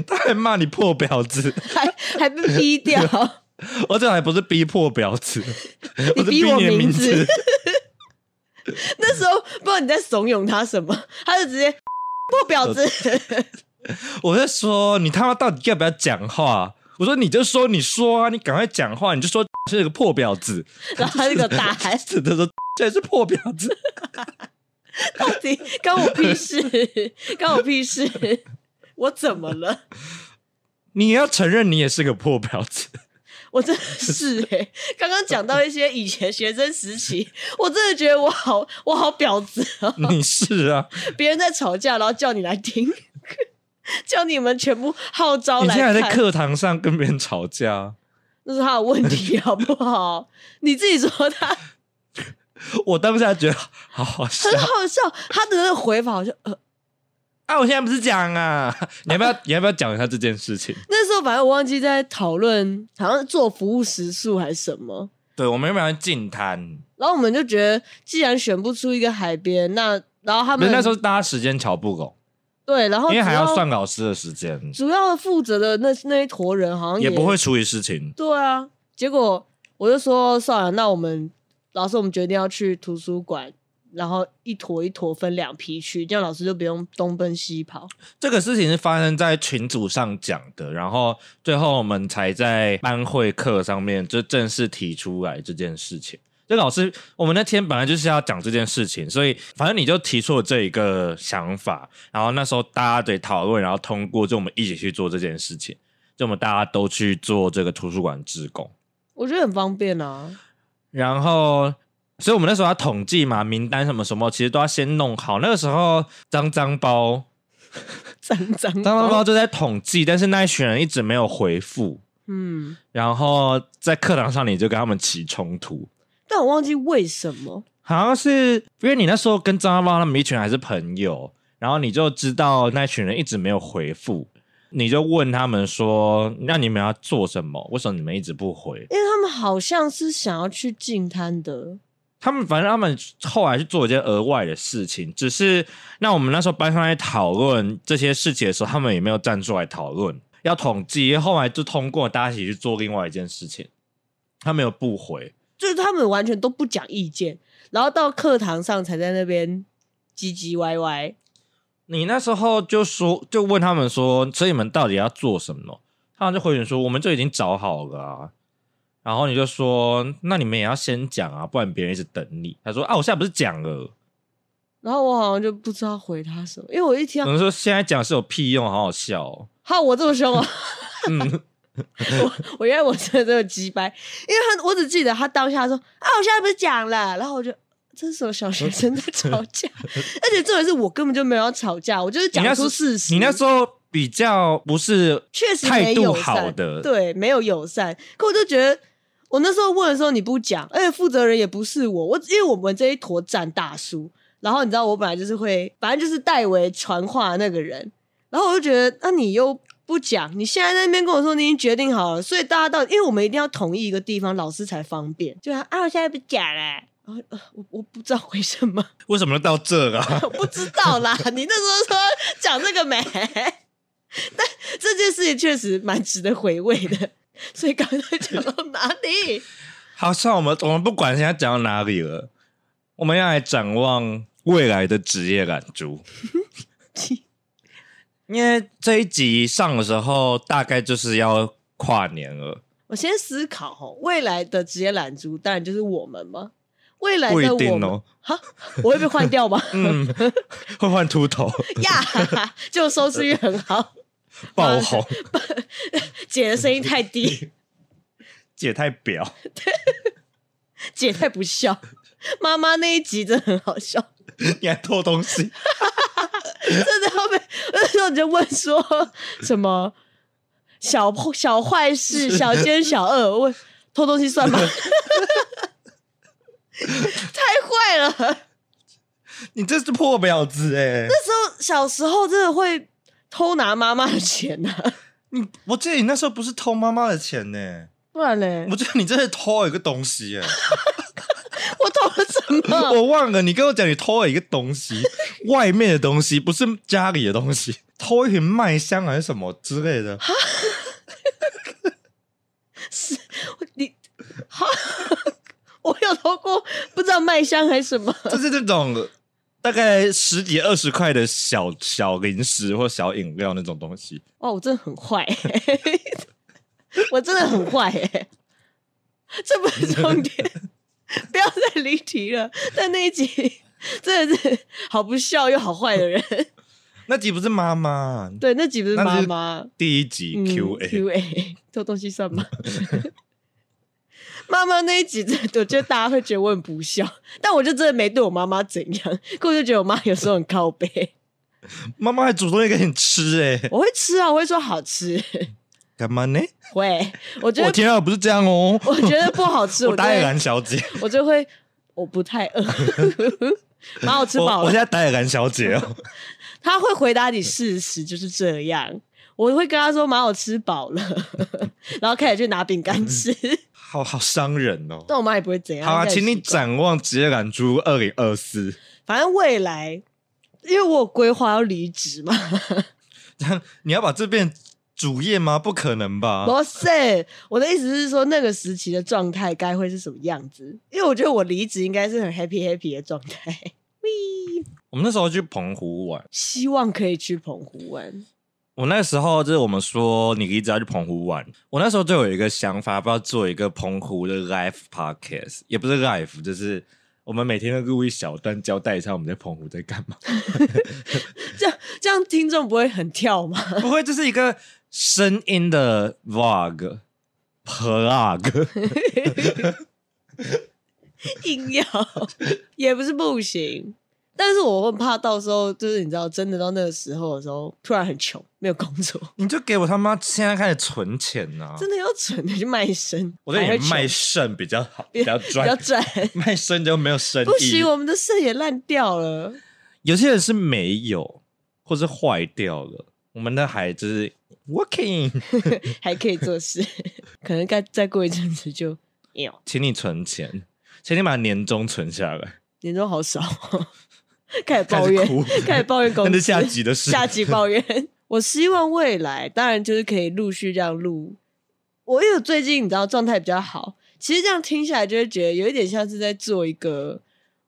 [SPEAKER 1] 他还骂你破婊子， [laughs]
[SPEAKER 2] 还还被逼掉？ [laughs]
[SPEAKER 1] 而且还不是逼破婊子，我是
[SPEAKER 2] 逼我
[SPEAKER 1] [laughs] 你的
[SPEAKER 2] 名
[SPEAKER 1] 名
[SPEAKER 2] 字。那时候不知道你在怂恿他什么，他就直接 [laughs] 破婊子。
[SPEAKER 1] [laughs]
[SPEAKER 2] [laughs]
[SPEAKER 1] 我在说你他妈到底要不要讲话？我说你就说你说啊，你赶快讲话，你就说 [laughs] 是个破婊子，
[SPEAKER 2] 然后他那个大喊 [laughs]
[SPEAKER 1] 是的说这 [laughs] 是破婊子，：“
[SPEAKER 2] 到底关我屁事？ [laughs] 关我屁事？ [laughs] 我怎么了？
[SPEAKER 1] 你要承认你也是个破婊子。
[SPEAKER 2] 我真的是哎、刚刚讲到一些以前学生时期，我真的觉得我好我好婊子哦、
[SPEAKER 1] 你是啊，
[SPEAKER 2] 别人在吵架，然后叫你来听，叫你们全部号召
[SPEAKER 1] 你
[SPEAKER 2] 来
[SPEAKER 1] 现在还在
[SPEAKER 2] 看，
[SPEAKER 1] 课堂上跟别人吵架，
[SPEAKER 2] 那是他的问题，好不好？ [laughs] 你自己说他
[SPEAKER 1] 我当下觉得好好笑
[SPEAKER 2] 很好笑，他的那个回法好像呃，
[SPEAKER 1] [laughs] 啊！我现在不是讲啊，你要不要你要不要讲一下这件事情？
[SPEAKER 2] 那时候反正我忘记在讨论，好像做服务时数还是什么。
[SPEAKER 1] 对，我们有没有进摊？
[SPEAKER 2] 然后我们就觉得，既然选不出一个海边，那然后他
[SPEAKER 1] 不是
[SPEAKER 2] 们
[SPEAKER 1] 那时候大家时间瞧不拢，
[SPEAKER 2] 对，然后
[SPEAKER 1] 因为还哦要
[SPEAKER 2] 主
[SPEAKER 1] 算老师的时间，
[SPEAKER 2] 主要负责的那那一坨人好像
[SPEAKER 1] 也不会处理事情。
[SPEAKER 2] 对啊，结果我就说算了，那我们老师我们决定要去图书馆，然后一坨一坨分两批去，这样老师就不用东奔西跑。
[SPEAKER 1] 这个事情是发生在群组上讲的，然后最后我们才在班会课上面就正式提出来这件事情。这老师，我们那天本来就是要讲这件事情，所以反正你就提出了这一个想法，然后那时候大家得讨论，然后通过，就我们一起去做这件事情，就我们大家都去做这个图书馆志工。
[SPEAKER 2] 我觉得很方便啊，
[SPEAKER 1] 然后，所以我们那时候要统计嘛，名单什么什么，其实都要先弄好。那个时候，脏脏包，
[SPEAKER 2] 脏脏
[SPEAKER 1] 脏脏包就在统计，但是那一群人一直没有回复。
[SPEAKER 2] 嗯，
[SPEAKER 1] 然后在课堂上，你就跟他们起冲突，
[SPEAKER 2] 但我忘记为什么。
[SPEAKER 1] 好像是因为你那时候跟张阿猫他们一群人还是朋友，然后你就知道那群人一直没有回复，你就问他们说：“那你们要做什么？为什么你们一直不回
[SPEAKER 2] 因为他们好像是想要去进滩的，？”
[SPEAKER 1] 他们反正他们后来去做一件额外的事情，只是那我们那时候班上在讨论这些事情的时候，他们也没有站出来讨论，要统计，后来就通过大家一起去做另外一件事情，他没有不回，
[SPEAKER 2] 就是他们完全都不讲意见，然后到课堂上才在那边唧唧歪歪。
[SPEAKER 1] 你那时候就说，就问他们说，所以你们到底要做什么？他们就回你说，我们就已经找好了啊。然后你就说，那你们也要先讲啊，不然别人一直等你。他说啊，我现在不是讲了，
[SPEAKER 2] 然后我好像就不知道回他什么，因为我一听
[SPEAKER 1] 有
[SPEAKER 2] 到，
[SPEAKER 1] 人说现在讲是有屁用，好好笑、哦。
[SPEAKER 2] 哈，我这么凶啊，
[SPEAKER 1] 嗯，
[SPEAKER 2] [laughs] 我原来我真的这么鸡掰，因为他我只记得他当下说啊，我现在不是讲了，然后我就这是什么小学生在吵
[SPEAKER 1] [laughs]
[SPEAKER 2] 架，而且重点是我根本就没有要吵架，我就是
[SPEAKER 1] 你
[SPEAKER 2] 讲
[SPEAKER 1] 那
[SPEAKER 2] 出
[SPEAKER 1] 时
[SPEAKER 2] 事实。
[SPEAKER 1] 你那时候比较不是
[SPEAKER 2] 确实
[SPEAKER 1] 态
[SPEAKER 2] 没
[SPEAKER 1] 度
[SPEAKER 2] 友
[SPEAKER 1] 好
[SPEAKER 2] 善，
[SPEAKER 1] 的，
[SPEAKER 2] 对，没有友善。可我就觉得，我那时候问的时候你不讲，而且负责人也不是我，我因为我们这一坨占大叔，然后你知道我本来就是会，反正就是代为传话的那个人，然后我就觉得，那、你又不讲，你现在在那边跟我说你已经决定好了，所以大家到底，因为我们一定要同意一个地方，老师才方便，就啊，啊我现在不讲了。然后呃我我不知道为什么，
[SPEAKER 1] 为什么到这了、
[SPEAKER 2] [laughs]
[SPEAKER 1] 啊？
[SPEAKER 2] 我不知道啦。你那时候说 [laughs] 讲这个没，但这件事情确实蛮值得回味的。所以刚才讲到哪里？
[SPEAKER 1] 好，算了我们我们不管现在讲到哪里了，我们要来展望未来的职业懒猪。因为这一集上的时候，大概就是要跨年了，
[SPEAKER 2] 我先思考哦，未来的职业懒猪当然就是我们吗？未来
[SPEAKER 1] 不一
[SPEAKER 2] 的哎我
[SPEAKER 1] 定
[SPEAKER 2] 们
[SPEAKER 1] 哦，
[SPEAKER 2] 哈，我会被换掉吗？ [laughs]
[SPEAKER 1] 嗯，会换秃头
[SPEAKER 2] 呀，就收视率很好，
[SPEAKER 1] 爆红，
[SPEAKER 2] 啊姐的声音太低，
[SPEAKER 1] 姐太婊。
[SPEAKER 2] 姐太不孝。妈妈那一集真的很好笑，
[SPEAKER 1] 你还偷东西？
[SPEAKER 2] 真的要被那时候你就问说什么小小坏事、小奸小恶，我问偷东西算吗？太坏了。
[SPEAKER 1] 你这是破婊子哎、
[SPEAKER 2] 那时候小时候真的会偷拿妈妈的钱呐、啊，
[SPEAKER 1] 你我记得你那时候不是偷妈妈的钱呢、
[SPEAKER 2] 不然嘞，
[SPEAKER 1] 我记得你真的偷了一个东西哎、
[SPEAKER 2] 我偷了
[SPEAKER 1] [laughs]
[SPEAKER 2] 什么？
[SPEAKER 1] 我忘了你跟我讲你偷了一个东
[SPEAKER 2] [laughs]
[SPEAKER 1] 西，外面的东西不是家里的东西， [laughs] 偷一瓶麦香还是什么之类的。
[SPEAKER 2] 你好， [laughs] 我有偷过，不知道麦香还是什么。
[SPEAKER 1] 就是那种大概十几二十块的小小零食或小饮料那种东西。
[SPEAKER 2] 哇，哦我真的很坏、欸，我真的很坏、欸，这不是重点，不要再离题了。但那一集真的是好不孝又好坏的人，
[SPEAKER 1] 那集不是妈妈
[SPEAKER 2] 对，那集不是
[SPEAKER 1] 那
[SPEAKER 2] 妈
[SPEAKER 1] 是
[SPEAKER 2] 妈。
[SPEAKER 1] 第一集 Q&A，、
[SPEAKER 2] 嗯 Q A 偷东西算吗？ [laughs] 妈妈那一集，真的，我觉得大家会觉得我很不孝，但我就真的没对我妈妈怎样，可我就觉得我妈有时候很靠背。
[SPEAKER 1] 妈妈还煮东西给你吃哎、
[SPEAKER 2] 我会吃啊，我会说好吃，
[SPEAKER 1] 干嘛呢？
[SPEAKER 2] 会。我觉
[SPEAKER 1] 我
[SPEAKER 2] 得
[SPEAKER 1] 天啊，不是这样哦、
[SPEAKER 2] 我觉得不好吃，
[SPEAKER 1] 我
[SPEAKER 2] 我就
[SPEAKER 1] 打野
[SPEAKER 2] 会
[SPEAKER 1] 蓝小姐，
[SPEAKER 2] 我就会我不太饿， [laughs] 妈，我吃
[SPEAKER 1] 我
[SPEAKER 2] 饱
[SPEAKER 1] 我
[SPEAKER 2] 了
[SPEAKER 1] 现。在打野蓝小姐
[SPEAKER 2] [laughs]
[SPEAKER 1] 哦、
[SPEAKER 2] 他会回答你事实就是这样，我会跟他说妈，我吃饱了， [laughs] 然后开始去拿饼干吃， [laughs]
[SPEAKER 1] 好好伤人哦、
[SPEAKER 2] 但我妈也不会怎样。
[SPEAKER 1] 嗯好啊，
[SPEAKER 2] 应该也
[SPEAKER 1] 请你
[SPEAKER 2] 习惯
[SPEAKER 1] 展望职业感猪二零二四。
[SPEAKER 2] 反正未来，因为我有规划要离职嘛，
[SPEAKER 1] 你要把这变主业吗？不可能吧？
[SPEAKER 2] 不是我的意思是说，那个时期的状态该会是什么样子？因为我觉得我离职应该是很 happy happy 的状态， [laughs]
[SPEAKER 1] 我们那时候去澎湖玩，
[SPEAKER 2] 希望可以去澎湖湾。
[SPEAKER 1] 我那时候就是我们说你离职要去澎湖玩，我那时候就有一个想法，不要做一个澎湖的 live podcast，也不是 live，就是我们每天都录一小段，交代一下我们在澎湖在干 [laughs] 嘛。
[SPEAKER 2] [laughs] 这样这样，听众不会很跳吗？
[SPEAKER 1] 不会，这是一个声音的 vlog vlog，
[SPEAKER 2] 硬要也不是不行，但是我很怕到时候就是你知道，真的到那个时候的时候，突然很穷，没有工作，
[SPEAKER 1] 你就给我他妈现在开始存钱啊呐、
[SPEAKER 2] 真的要蠢的去卖身，
[SPEAKER 1] 我觉得
[SPEAKER 2] 还
[SPEAKER 1] 你
[SPEAKER 2] 会
[SPEAKER 1] 卖
[SPEAKER 2] 穷
[SPEAKER 1] 肾比较好，比较
[SPEAKER 2] 比较
[SPEAKER 1] 赚。
[SPEAKER 2] 赚。
[SPEAKER 1] 卖肾就没有生意。
[SPEAKER 2] 不行，我们的肾也烂掉了。
[SPEAKER 1] 有些人是没有，或是坏掉了。我们的还就是 working， [laughs]
[SPEAKER 2] 还可以做事， [laughs] 可能该再过一阵子就哎没有，
[SPEAKER 1] 请你存钱，请你把年终存下来。
[SPEAKER 2] 年终好少哦， [laughs] 开始抱
[SPEAKER 1] 开始
[SPEAKER 2] 怨
[SPEAKER 1] 哭，
[SPEAKER 2] [laughs] 开始抱怨公
[SPEAKER 1] 那
[SPEAKER 2] 司，
[SPEAKER 1] 是下集的事
[SPEAKER 2] 下集
[SPEAKER 1] [laughs]
[SPEAKER 2] 抱怨。我希望未来，当然就是可以陆续这样录。我因为我最近你知道状态比较好，其实这样听下来就会觉得有一点像是在做一个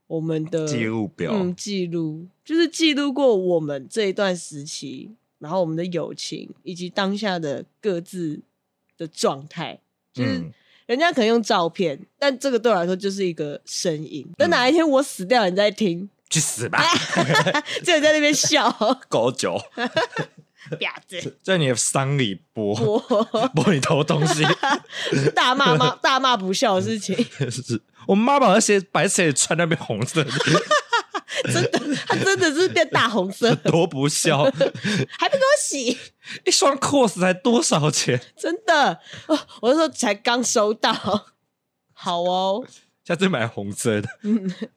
[SPEAKER 2] 我们的
[SPEAKER 1] 记录表，
[SPEAKER 2] 嗯，记录就是记录过我们这一段时期，然后我们的友情以及当下的各自的状态，就是
[SPEAKER 1] 嗯
[SPEAKER 2] 人家可能用照片，但这个对我来说就是一个声音。等哪一天我死掉，你
[SPEAKER 1] [laughs]
[SPEAKER 2] 再听，
[SPEAKER 1] 去死吧，
[SPEAKER 2] 就有在那边笑，
[SPEAKER 1] 狗
[SPEAKER 2] [laughs]
[SPEAKER 1] 九，
[SPEAKER 2] 婊子，
[SPEAKER 1] 在你的丧礼播
[SPEAKER 2] [laughs] 我
[SPEAKER 1] 播你偷东
[SPEAKER 2] [laughs]
[SPEAKER 1] 西。
[SPEAKER 2] 大骂骂大骂不孝的事 [laughs] 情，
[SPEAKER 1] 是我妈把那些白色也穿那边红色的， [laughs]
[SPEAKER 2] 他真的是变大红 [laughs] 色，
[SPEAKER 1] 多不孝！ [laughs]
[SPEAKER 2] 还不给我洗，
[SPEAKER 1] 一双 cos 才多少钱？
[SPEAKER 2] 真的，哦我那时候才刚收到，好哦，
[SPEAKER 1] 下次买红色的。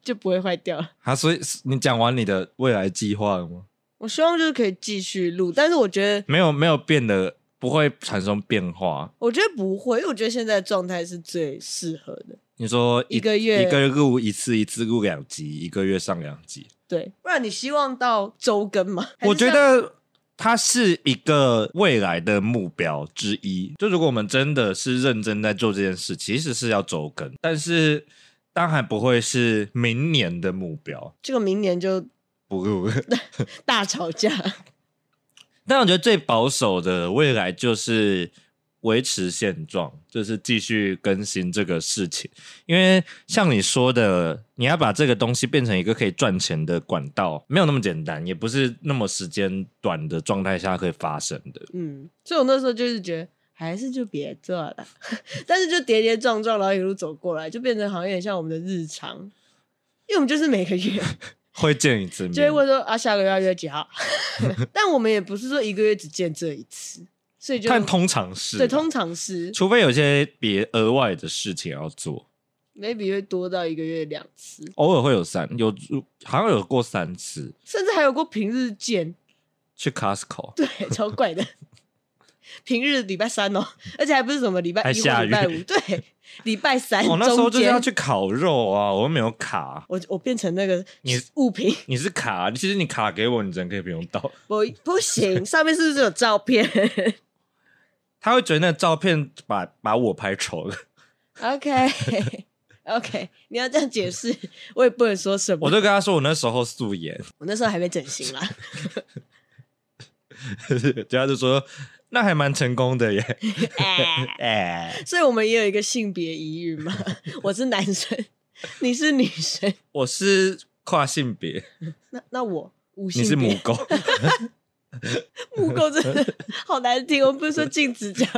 [SPEAKER 2] 就不会坏掉了。
[SPEAKER 1] 啊，所以你讲完你的未来计划了吗？
[SPEAKER 2] 我希望就是可以继续录，但是我觉得，
[SPEAKER 1] 没有，没有变得不会产生变化。
[SPEAKER 2] 我觉得不会，因为我觉得现在的状态是最适合的。
[SPEAKER 1] 你说
[SPEAKER 2] 一个月
[SPEAKER 1] 一个月录一次，一次录两集，一个月上两集。
[SPEAKER 2] 对，不然你希望到周更吗？还是
[SPEAKER 1] 我觉
[SPEAKER 2] 像
[SPEAKER 1] 得它是一个未来的目标之一。就如果我们真的是认真在做这件事，其实是要周更，但是当然不会是明年的目标，
[SPEAKER 2] 这个明年就
[SPEAKER 1] 不 [laughs] 入。
[SPEAKER 2] 大吵架。
[SPEAKER 1] 但我觉得最保守的未来就是维持现状，就是继续更新这个事情。因为像你说的，你要把这个东西变成一个可以赚钱的管道，没有那么简单，也不是那么时间短的状态下可以发生的。
[SPEAKER 2] 嗯，所以我那时候就是觉得。还是就别做了， [laughs] 但是就跌跌撞撞，然后一路走过来，就变成好像有点像我们的日常，因为我们就是每个
[SPEAKER 1] [laughs]
[SPEAKER 2] 月
[SPEAKER 1] 嗯会见一次面，
[SPEAKER 2] 就会问说啊，下个月要约几号？ [laughs] 但我们也不是说一个月只见这一次，所以就
[SPEAKER 1] 看通啊常是
[SPEAKER 2] 对，通常是
[SPEAKER 1] 除非有些别额外的事情要做，
[SPEAKER 2] maybe 会多到一个月两次，
[SPEAKER 1] 偶尔会有三有好像有过三次
[SPEAKER 2] 甚至还有过平日见，
[SPEAKER 1] 去 Costco，
[SPEAKER 2] 对，超怪的。 [laughs] 平日礼拜三哦，而且还不是什么礼拜
[SPEAKER 1] 还
[SPEAKER 2] 一
[SPEAKER 1] 下
[SPEAKER 2] 或
[SPEAKER 1] 雨
[SPEAKER 2] 礼拜
[SPEAKER 1] [laughs]
[SPEAKER 2] 五，对，礼拜三
[SPEAKER 1] 哦我、那时候
[SPEAKER 2] 中
[SPEAKER 1] 就是要
[SPEAKER 2] 间，
[SPEAKER 1] 去烤肉啊，我又没有卡。
[SPEAKER 2] 我我变成那个
[SPEAKER 1] 你
[SPEAKER 2] 物品，
[SPEAKER 1] 你是卡，啊其实你卡给我，你人可以不用到。
[SPEAKER 2] 我不行，上面是不是有照片
[SPEAKER 1] [laughs] 他会觉得那照片把把我拍丑了，
[SPEAKER 2] [laughs]
[SPEAKER 1] [laughs]
[SPEAKER 2] ？OK [laughs] OK，你要这样解释，我也不能说什么。
[SPEAKER 1] 我就跟他说我那时候素颜， [laughs]
[SPEAKER 2] 我那时候还没整形 [laughs] 啦，
[SPEAKER 1] 就他就说那还蛮成功的耶。 [laughs]
[SPEAKER 2] 哎
[SPEAKER 1] 哎、
[SPEAKER 2] 所以我们也有一个性别疑虑嘛。我是男生，你是女生，
[SPEAKER 1] 我是跨性别，
[SPEAKER 2] 那那我无性
[SPEAKER 1] 你是母
[SPEAKER 2] 别。
[SPEAKER 1] 狗， [laughs]
[SPEAKER 2] 母狗真的好难听，我们不是说禁止讲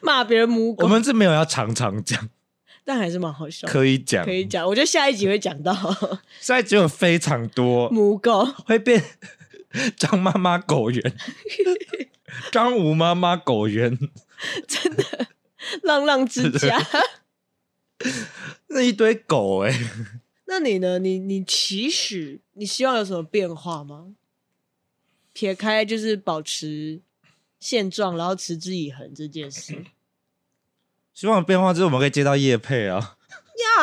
[SPEAKER 2] 骂别人母
[SPEAKER 1] 我
[SPEAKER 2] 狗，
[SPEAKER 1] 们是没有要常常
[SPEAKER 2] [laughs]
[SPEAKER 1] 讲，
[SPEAKER 2] 但还是蛮好笑的。
[SPEAKER 1] 可以讲
[SPEAKER 2] 可。以讲，我觉得下一集会讲到 [laughs]
[SPEAKER 1] 现在只有非常多
[SPEAKER 2] 母狗，
[SPEAKER 1] 会变 [laughs] 张妈妈狗园， [laughs] 张吴妈妈狗园
[SPEAKER 2] 浪
[SPEAKER 1] [laughs]
[SPEAKER 2] 浪之家。
[SPEAKER 1] 那一堆狗哎、
[SPEAKER 2] 那你呢？你你期许你希望有什么变化吗？撇开就是保持现状，然后持之以恒这件
[SPEAKER 1] [laughs]
[SPEAKER 2] 事 [laughs]
[SPEAKER 1] 希望有变化之后我们可以接到叶配啊。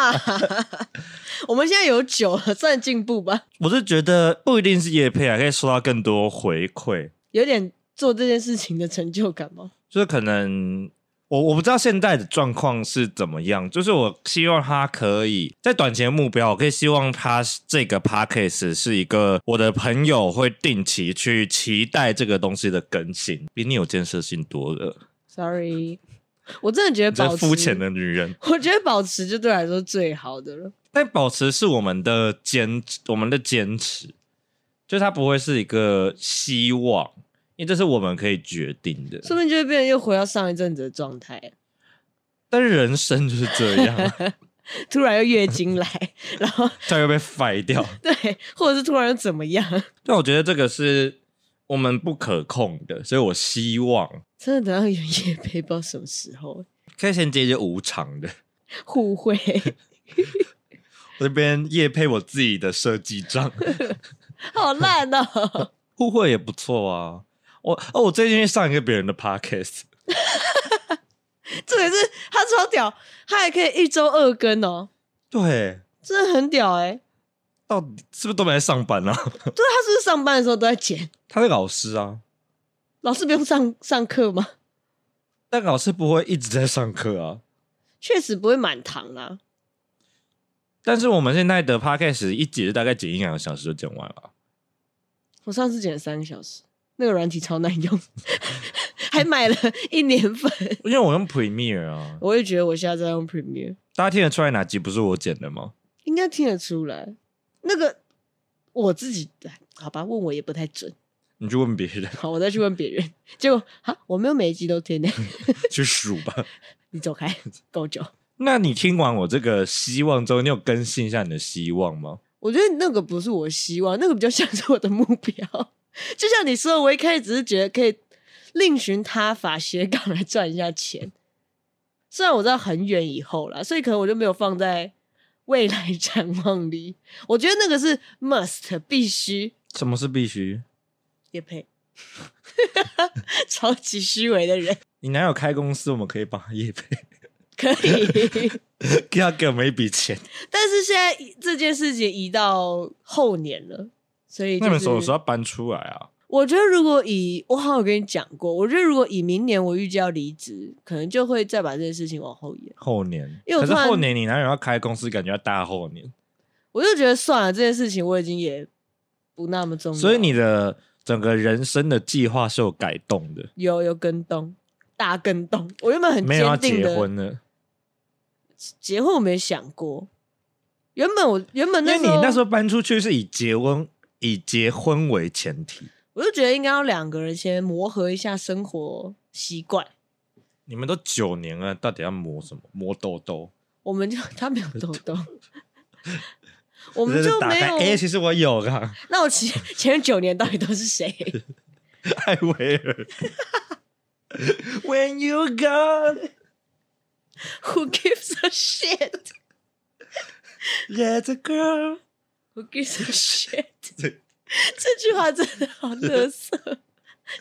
[SPEAKER 2] 呀。我们现在有酒了，算进步吧。
[SPEAKER 1] 我是觉得不一定是业配啊，可以收到更多回馈，
[SPEAKER 2] 有点做这件事情的成就感吗？
[SPEAKER 1] 就是可能我我不知道现在的状况是怎么样，就是我希望它可以在短期的目标，我可以希望它是这个 p a c k a g e 是一个我的朋友会定期去期待这个东西的更新，比你有建设性多了，
[SPEAKER 2] Sorry，我 [laughs] 真的觉得
[SPEAKER 1] 你这
[SPEAKER 2] 保持
[SPEAKER 1] 肤浅的女人。
[SPEAKER 2] 我觉得保持就对我来说最好的了。
[SPEAKER 1] 但保持是我们的坚，持，我们的坚持，就它不会是一个希望，因为这是我们可以决定的。
[SPEAKER 2] 说不定就会变成又回到上一阵子的状态，
[SPEAKER 1] 但是人生就是这样啊，
[SPEAKER 2] 突然又月经来， [laughs] 然后
[SPEAKER 1] 它会被废掉。
[SPEAKER 2] 对，或者是突然又怎么样，
[SPEAKER 1] 但我觉得这个是我们不可控的，所以我希望
[SPEAKER 2] 真的等到有夜配，不知道什么时候 [laughs]
[SPEAKER 1] 可以先接一些无偿的。
[SPEAKER 2] 互惠。
[SPEAKER 1] 我这边夜配我自己的设计账， [laughs]
[SPEAKER 2] 好烂哦！
[SPEAKER 1] 互惠也不错啊。我哦，我最近去上一个别人的 podcast，
[SPEAKER 2] 这个是他超屌，他还可以一周二更哦，
[SPEAKER 1] 对，
[SPEAKER 2] 真的很屌哎、
[SPEAKER 1] 到底是不是都没在上班啊？
[SPEAKER 2] 对，他是不是上班的时候都在剪？
[SPEAKER 1] 他是老师啊，
[SPEAKER 2] 老师不用上上课吗？
[SPEAKER 1] 但老师不会一直在上课啊。
[SPEAKER 2] 确实不会满堂啦、
[SPEAKER 1] 但是我们现在的 podcast 一集大概剪一两个小时就剪完了，啊
[SPEAKER 2] 我上次剪了三个小时，那个软体超难用， [laughs] 还买了一年份。
[SPEAKER 1] 因为我用 Premiere 啊，
[SPEAKER 2] 我也觉得我现在在用 Premiere，
[SPEAKER 1] 大家听得出来哪集不是我剪的吗？
[SPEAKER 2] 应该听得出来。那个我自己哎好吧，问我也不太准。
[SPEAKER 1] 你去问别人。 [laughs]
[SPEAKER 2] 好，我再去问别人。 [laughs] 结果啊，我没有每一集都听呢、
[SPEAKER 1] 去数吧。
[SPEAKER 2] 你走开，够久。
[SPEAKER 1] 那你听完我这个希望之后，你有更新一下你的希望吗？
[SPEAKER 2] 我觉得那个不是我希望，那个比较像是我的目标。 [laughs] 就像你说的，我一开始只是觉得可以另寻他法斜杠来赚一下钱，虽然我知道很远以后啦，所以可能我就没有放在未来 [laughs] 展望里。我觉得那个是 must 必须
[SPEAKER 1] 什么是必须？
[SPEAKER 2] 也配， [laughs] 超级虚伪的人
[SPEAKER 1] 你男友开公司，我们可以帮他业配， [laughs]
[SPEAKER 2] 可以。
[SPEAKER 1] 给他给我们一笔钱。
[SPEAKER 2] 但是现在这件事情移到后年了，所以、
[SPEAKER 1] 那
[SPEAKER 2] 就是、
[SPEAKER 1] 你们什么时候要搬出来啊？
[SPEAKER 2] 我觉得如果以我好像有跟你讲过，我觉得如果以明年我预计要离职，可能就会再把这件事情往后延。
[SPEAKER 1] 后年，
[SPEAKER 2] 因为我
[SPEAKER 1] 可是
[SPEAKER 2] 突然
[SPEAKER 1] 后年你男友要开公司，感觉要大后年，
[SPEAKER 2] 我就觉得算了，这件事情我已经也不那么重要。
[SPEAKER 1] 所以你的整个人生的计划是有改动的，
[SPEAKER 2] 有有跟动，大跟动。我原本很
[SPEAKER 1] 没有要
[SPEAKER 2] 坚定
[SPEAKER 1] 结
[SPEAKER 2] 的
[SPEAKER 1] 婚了，
[SPEAKER 2] 结婚我没想过。原本我原本
[SPEAKER 1] 因
[SPEAKER 2] 那
[SPEAKER 1] 为
[SPEAKER 2] 时
[SPEAKER 1] 你
[SPEAKER 2] 候，
[SPEAKER 1] 那时候搬出去是以结婚以结婚为前提，
[SPEAKER 2] 我就觉得应该要两个人先磨合一下生活习惯。
[SPEAKER 1] 你们都九年了，到底要磨什么？磨痘痘？
[SPEAKER 2] 我们就他没有
[SPEAKER 1] [laughs]
[SPEAKER 2] 懂懂，我们
[SPEAKER 1] 是
[SPEAKER 2] 就
[SPEAKER 1] 打
[SPEAKER 2] 没
[SPEAKER 1] 开
[SPEAKER 2] 有。
[SPEAKER 1] 哎、其实我有啊 [laughs] 啦，
[SPEAKER 2] 那我前前九年到底都是谁？
[SPEAKER 1] 艾薇儿。When you gone,
[SPEAKER 2] Who gives a shit?
[SPEAKER 1] let a girl。
[SPEAKER 2] Who gives a shit? 这句话真的好垃圾，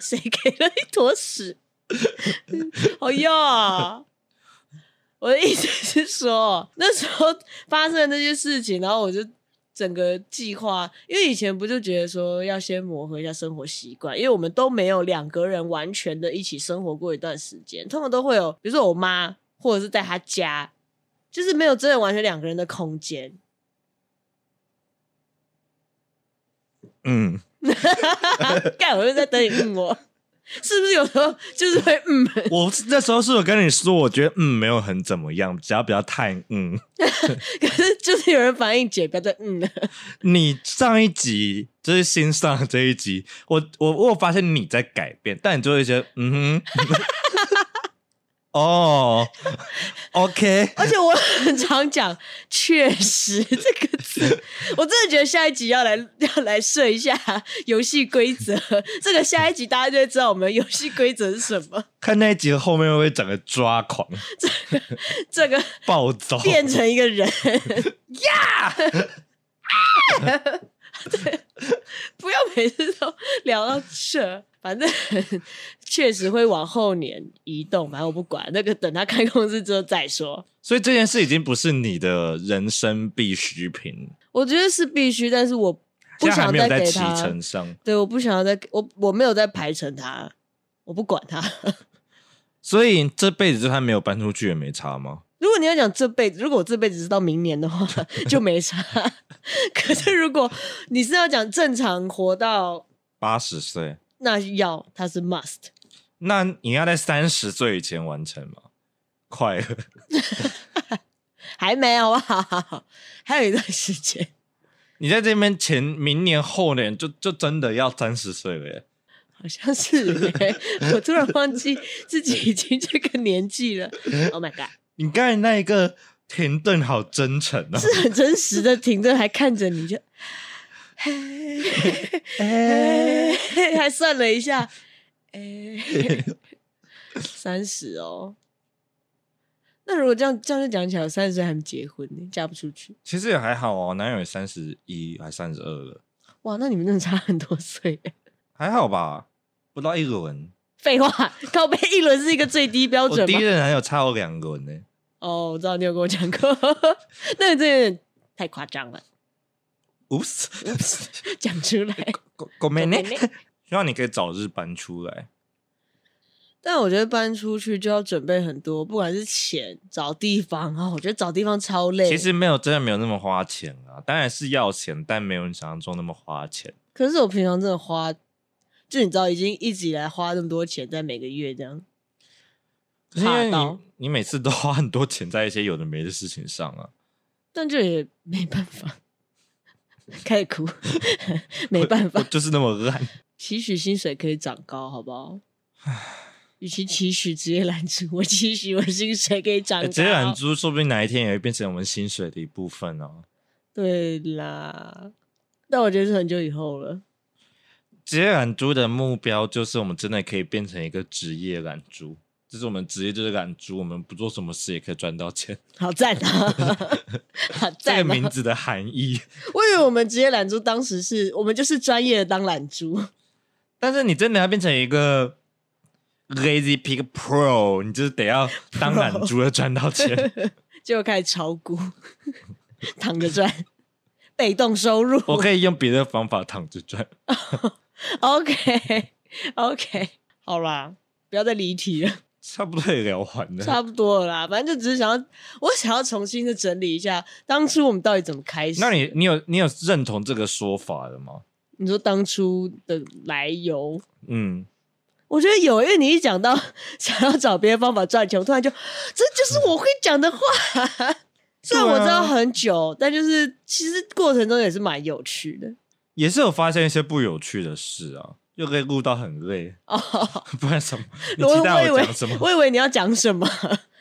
[SPEAKER 2] 谁给了一坨屎？好用啊！我的意思是说，那时候发生那些事情，然后我就整个计划，因为以前不就觉得说要先磨合一下生活习惯，因为我们都没有两个人完全的一起生活过一段时间，通常都会有，比如说我妈或者是在她家，就是没有真的完全两个人的空间。
[SPEAKER 1] 嗯，
[SPEAKER 2] [laughs] 干，我就在等你问我，是不是有时候就是会嗯？
[SPEAKER 1] 我那时候是有跟你说，我觉得嗯没有很怎么样，只要不要太嗯。
[SPEAKER 2] 可是就是有人反应姐不要再嗯了，
[SPEAKER 1] 你上一集就是新上的这一集，我我我有发现你在改变，但你就会觉得嗯哼， [laughs] 哦，OK，
[SPEAKER 2] 而且我很常讲“ [laughs] 确实”这个词，我真的觉得下一集要来要来设一下游戏规则。这个下一集大家就会知道我们游戏规则是什么，
[SPEAKER 1] 看那一集的后面会不会整个抓狂
[SPEAKER 2] 这个
[SPEAKER 1] 暴走？
[SPEAKER 2] 变成一个人呀。
[SPEAKER 1] [laughs]
[SPEAKER 2] 啊 [laughs] 对，不要每次都聊到这，反正确实会往后年移动，反正我不管那个，等他开公司之后再说。
[SPEAKER 1] 所以这件事已经不是你的人生必需品，
[SPEAKER 2] 我觉得是必须，但是我不
[SPEAKER 1] 现在还
[SPEAKER 2] 想
[SPEAKER 1] 没有
[SPEAKER 2] 再
[SPEAKER 1] 在
[SPEAKER 2] 给
[SPEAKER 1] 启
[SPEAKER 2] 他，
[SPEAKER 1] 程上，
[SPEAKER 2] 对，我不想要再给我我没有在排成他，我不管他。 [laughs]
[SPEAKER 1] 所以这辈子就算没有搬出去也没差吗？
[SPEAKER 2] 如果你要讲这辈子，如果我这辈子是到明年的话， [laughs] 就没差。可是如果你是要讲正常活到
[SPEAKER 1] 八十岁，
[SPEAKER 2] 那要它是 must。
[SPEAKER 1] 那你要在三十岁以前完成吗？ [laughs] 快了，
[SPEAKER 2] 还没好不好？ [laughs] 还有一段时间，
[SPEAKER 1] 你在这边前明年后年就就真的要三十岁了耶。
[SPEAKER 2] 好像是耶、 [laughs] 我突然忘记自己已经这个年纪了。Oh my god，
[SPEAKER 1] 你刚才那一个停顿好真诚啊！
[SPEAKER 2] 是很真实的停顿，还看着你就，
[SPEAKER 1] 哎
[SPEAKER 2] 哎、 [laughs] 还算了一下，哎、三十哦。那如果这样这样就讲起来，我三十岁还没结婚呢，嫁不出去。
[SPEAKER 1] 其实也还好哦，男友也三十一还三十二了，
[SPEAKER 2] 哇，那你们真的差很多岁耶。
[SPEAKER 1] 还好吧？不到一轮，
[SPEAKER 2] 废话，靠背一轮是一个最低标
[SPEAKER 1] 我
[SPEAKER 2] 准
[SPEAKER 1] 第
[SPEAKER 2] 吗
[SPEAKER 1] 一？任男友差我两轮呢。
[SPEAKER 2] 哦，我知道你有跟我讲过， [laughs] 那个真的有点太夸张了， [laughs]
[SPEAKER 1] Oops， [laughs]
[SPEAKER 2] 讲出来。
[SPEAKER 1] ごごめん
[SPEAKER 2] ごめ
[SPEAKER 1] ね
[SPEAKER 2] んね。
[SPEAKER 1] [laughs] 希望你可以早日搬出来。
[SPEAKER 2] [laughs] 但我觉得搬出去就要准备很多，不管是钱、找地方啊、我觉得找地方超累。
[SPEAKER 1] 其实，没有，真的没有那么花钱啊。当然是要钱，但没有你想象中那么花钱。
[SPEAKER 2] 可是我平常真的花，就你知道，已经一直以来花那么多钱在每个月这样。
[SPEAKER 1] 可是因为
[SPEAKER 2] 怕到
[SPEAKER 1] 你你每次都花很多钱在一些有的没的事情上啊。 [laughs]
[SPEAKER 2] 但这也没办法， [laughs] 开始哭， [laughs] 没办
[SPEAKER 1] 我
[SPEAKER 2] 法。
[SPEAKER 1] 就是那么 [laughs] 烂。
[SPEAKER 2] 期许薪水可以长高，好不好？与其期许职业拦阻，我期许我薪水可以长
[SPEAKER 1] 欸
[SPEAKER 2] 高。
[SPEAKER 1] 直接懒猪，说不定哪一天也会变成我们薪水的一部分哦。
[SPEAKER 2] 对啦，但我觉得是很久以后了。
[SPEAKER 1] 职业懒猪的目标就是我们真的可以变成一个职业懒猪，就是我们职业就是懒猪，我们不做什么事也可以赚到钱。
[SPEAKER 2] 好赞
[SPEAKER 1] [laughs]
[SPEAKER 2] 啊！
[SPEAKER 1] 这
[SPEAKER 2] 好
[SPEAKER 1] 个
[SPEAKER 2] 赞
[SPEAKER 1] 名
[SPEAKER 2] 啊！
[SPEAKER 1] 字的含义，
[SPEAKER 2] 我以为我们职业懒猪当时是我们就是专业的当懒猪，
[SPEAKER 1] 但是你真的要变成一个 lazy pig pro，你就是得要当
[SPEAKER 2] Pro
[SPEAKER 1] 懒猪要赚到钱。
[SPEAKER 2] [laughs] 结果开始炒股， [laughs] 躺着赚，被动收入。
[SPEAKER 1] 我可以用别的方法躺着赚，
[SPEAKER 2] OK [laughs] OK，好啦，不要再离题了，
[SPEAKER 1] 差不多也聊完了。
[SPEAKER 2] 差不多了啦。反正就只是想要，我想要重新的整理一下，当初我们到底怎么开始？
[SPEAKER 1] 那你你有你有认同这个说法的吗？
[SPEAKER 2] 你说当初的来由，
[SPEAKER 1] 嗯，
[SPEAKER 2] 我觉得有，因为你一讲到 [laughs] 想要找别的方法赚钱，我突然就，这就是我会讲的话。虽然我知道
[SPEAKER 1] 嗯对啊
[SPEAKER 2] 很久，但就是其实过程中也是蛮有趣的。
[SPEAKER 1] 也是有发生一些不有趣的事啊，又可以录到很累， [laughs]
[SPEAKER 2] 哦，
[SPEAKER 1] 不然什么？你
[SPEAKER 2] 我
[SPEAKER 1] 期
[SPEAKER 2] 我
[SPEAKER 1] 待
[SPEAKER 2] 以
[SPEAKER 1] 我
[SPEAKER 2] 为
[SPEAKER 1] 讲什么？
[SPEAKER 2] 我以为你要讲什么，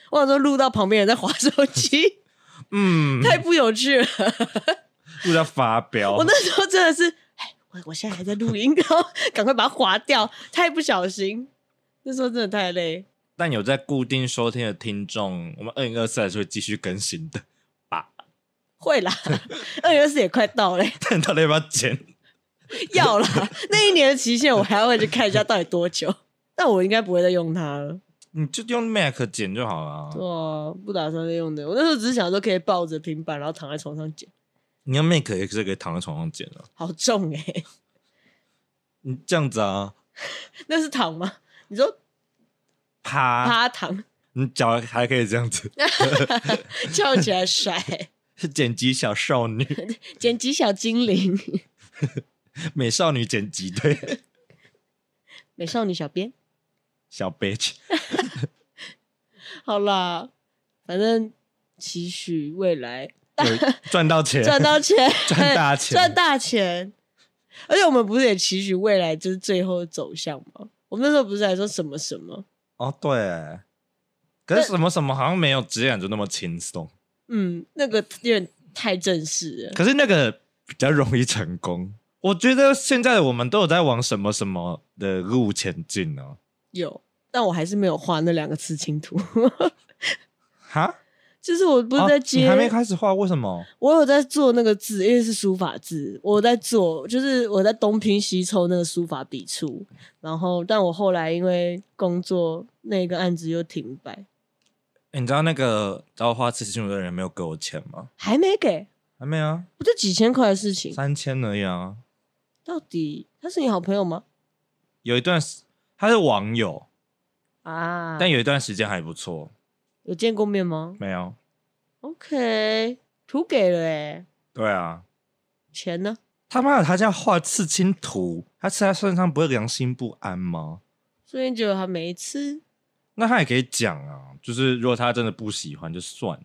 [SPEAKER 2] 我想说录到旁边人在划手机，
[SPEAKER 1] 嗯，
[SPEAKER 2] 太不有趣了。
[SPEAKER 1] 录到发飙。
[SPEAKER 2] [laughs] 我那时候真的是，哎，我我现在还在录音，然后 [laughs] 赶快把它划掉，太不小心。那时候真的太累，
[SPEAKER 1] 但有在固定收听的听众，我们二零二四还是会继续更新的。 [laughs]
[SPEAKER 2] 会啦， [laughs] 二零二四也快到嘞，
[SPEAKER 1] 但到底要不要剪？
[SPEAKER 2] 要啦， [laughs] 那一年的期限我还要回去看一下到底多久。 [laughs] 但我应该不会再用它了，
[SPEAKER 1] 你就用 Mac 剪就好了啊、
[SPEAKER 2] 对啊，不打算再用的。我那时候只是想说可以抱着平板，然后躺在床上剪，
[SPEAKER 1] 你用 Mac 也是可以躺在床上剪啊。
[SPEAKER 2] 好重哎、
[SPEAKER 1] 你这样子啊，
[SPEAKER 2] [laughs] 那是躺吗？你说
[SPEAKER 1] 趴，
[SPEAKER 2] 趴躺， [laughs]
[SPEAKER 1] 你脚还可以这样子，
[SPEAKER 2] 翘起来甩，
[SPEAKER 1] 剪辑小少
[SPEAKER 2] [laughs]
[SPEAKER 1] 女、
[SPEAKER 2] 剪辑小精灵，
[SPEAKER 1] 美少女剪辑队、
[SPEAKER 2] 美少女小编。
[SPEAKER 1] 小
[SPEAKER 2] [laughs]
[SPEAKER 1] bitch。
[SPEAKER 2] 好啦，反正期许未来
[SPEAKER 1] 有赚到钱，
[SPEAKER 2] 赚到钱，
[SPEAKER 1] [laughs] 赚
[SPEAKER 2] [laughs]
[SPEAKER 1] 大钱
[SPEAKER 2] 赚大钱。而且我们不是也期许未来就是最后的走向吗？我们那时候不是还说什么什么？
[SPEAKER 1] 哦，对。可是什么什么好像没有直接感就那么轻松，
[SPEAKER 2] 嗯，那个有点太正式了。
[SPEAKER 1] 可是那个比较容易成功。我觉得现在我们都有在往什么什么的路前进哦呢、
[SPEAKER 2] 有，但我还是没有画那两个刺青图。 [laughs]
[SPEAKER 1] 哈，
[SPEAKER 2] 就是我不是在
[SPEAKER 1] 哦、
[SPEAKER 2] 接，
[SPEAKER 1] 你还没开始画，为什么？
[SPEAKER 2] 我有在做那个字，因为是书法字，我在做，就是我在东拼西凑那个书法笔触。然后，但我后来因为工作那个案子又停摆，
[SPEAKER 1] 欸你知道那个找我画刺青的人没有给我钱吗？
[SPEAKER 2] 还没给，
[SPEAKER 1] 还没啊，
[SPEAKER 2] 不就几千块的事情？
[SPEAKER 1] 三千而已啊。
[SPEAKER 2] 到底他是你好朋友吗？
[SPEAKER 1] 有一段时他是网友，
[SPEAKER 2] 啊，
[SPEAKER 1] 但有一段时间还不错。
[SPEAKER 2] 有见过面吗
[SPEAKER 1] 没有，
[SPEAKER 2] ？OK，图给了哎、
[SPEAKER 1] 对啊，
[SPEAKER 2] 钱呢？
[SPEAKER 1] 他妈的，他叫画刺青图，他刺在身上不会良心不安吗？
[SPEAKER 2] 所以就他每一次，
[SPEAKER 1] 那他也可以讲啊，就是如果他真的不喜欢就算了。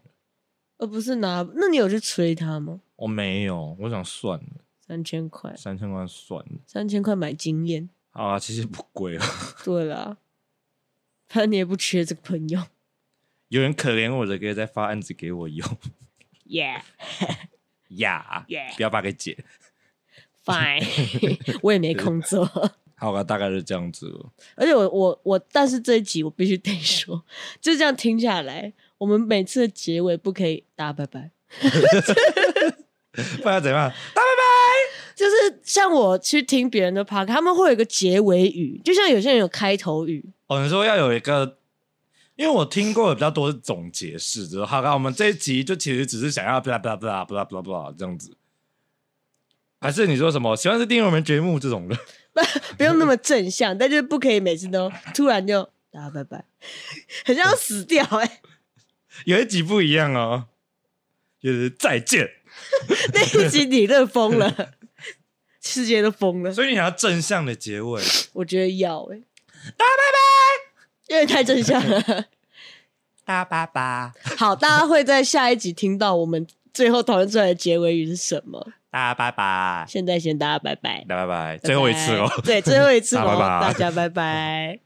[SPEAKER 2] 而哦不是拿，那你有去催他吗？
[SPEAKER 1] 我、哦没有，我想算了，
[SPEAKER 2] 三千块，
[SPEAKER 1] 三千块算了。
[SPEAKER 2] 三千块买经验。
[SPEAKER 1] 好啊，其实不贵啊。
[SPEAKER 2] 对啦，反正你也不缺这个朋友。
[SPEAKER 1] [laughs] 有人可怜我的，可以再发案子给我用 [laughs] 呀
[SPEAKER 2] Yeah
[SPEAKER 1] 不要发给姐。
[SPEAKER 2] Yeah，fine，我也没空做。
[SPEAKER 1] 好吧，大概是这样子了。
[SPEAKER 2] 而且我我我，但是这一集我必须得说，就这样听下来，我们每次的结尾不可以打拜拜。
[SPEAKER 1] 不然怎么样？
[SPEAKER 2] 就是像我去听别人的 p o 他们会有一个结尾语，就像有些人有开头语，
[SPEAKER 1] 哦，你说要有一个，因为我听过的比较多是总结式，就是好，那我们这一集就其实只是想要 blah blah blah blah blah blah 这样子，还是你说什么喜欢是订阅我们节目这种的？
[SPEAKER 2] 不用那么正向，但就是不可以每次都突然就打拜拜，很像要死掉哎、
[SPEAKER 1] 有一集不一样哦，就是再见，
[SPEAKER 2] [laughs] 那一集你乐疯
[SPEAKER 1] [laughs]
[SPEAKER 2] 了，世界都疯了，
[SPEAKER 1] 所以你想要正向的结尾，
[SPEAKER 2] 我觉得要哎、打拜拜，因为太正
[SPEAKER 1] [laughs]
[SPEAKER 2] 向了。
[SPEAKER 1] 大爸爸，
[SPEAKER 2] 好，大家会在下一集听到我们最后讨论出来的结尾语是什么。
[SPEAKER 1] 大爸爸，
[SPEAKER 2] 现在先大家拜拜，
[SPEAKER 1] 大拜拜，最后一次哦。
[SPEAKER 2] 对，最后一
[SPEAKER 1] [laughs]
[SPEAKER 2] 次
[SPEAKER 1] 大
[SPEAKER 2] 喽，
[SPEAKER 1] 拜拜
[SPEAKER 2] 大家拜拜。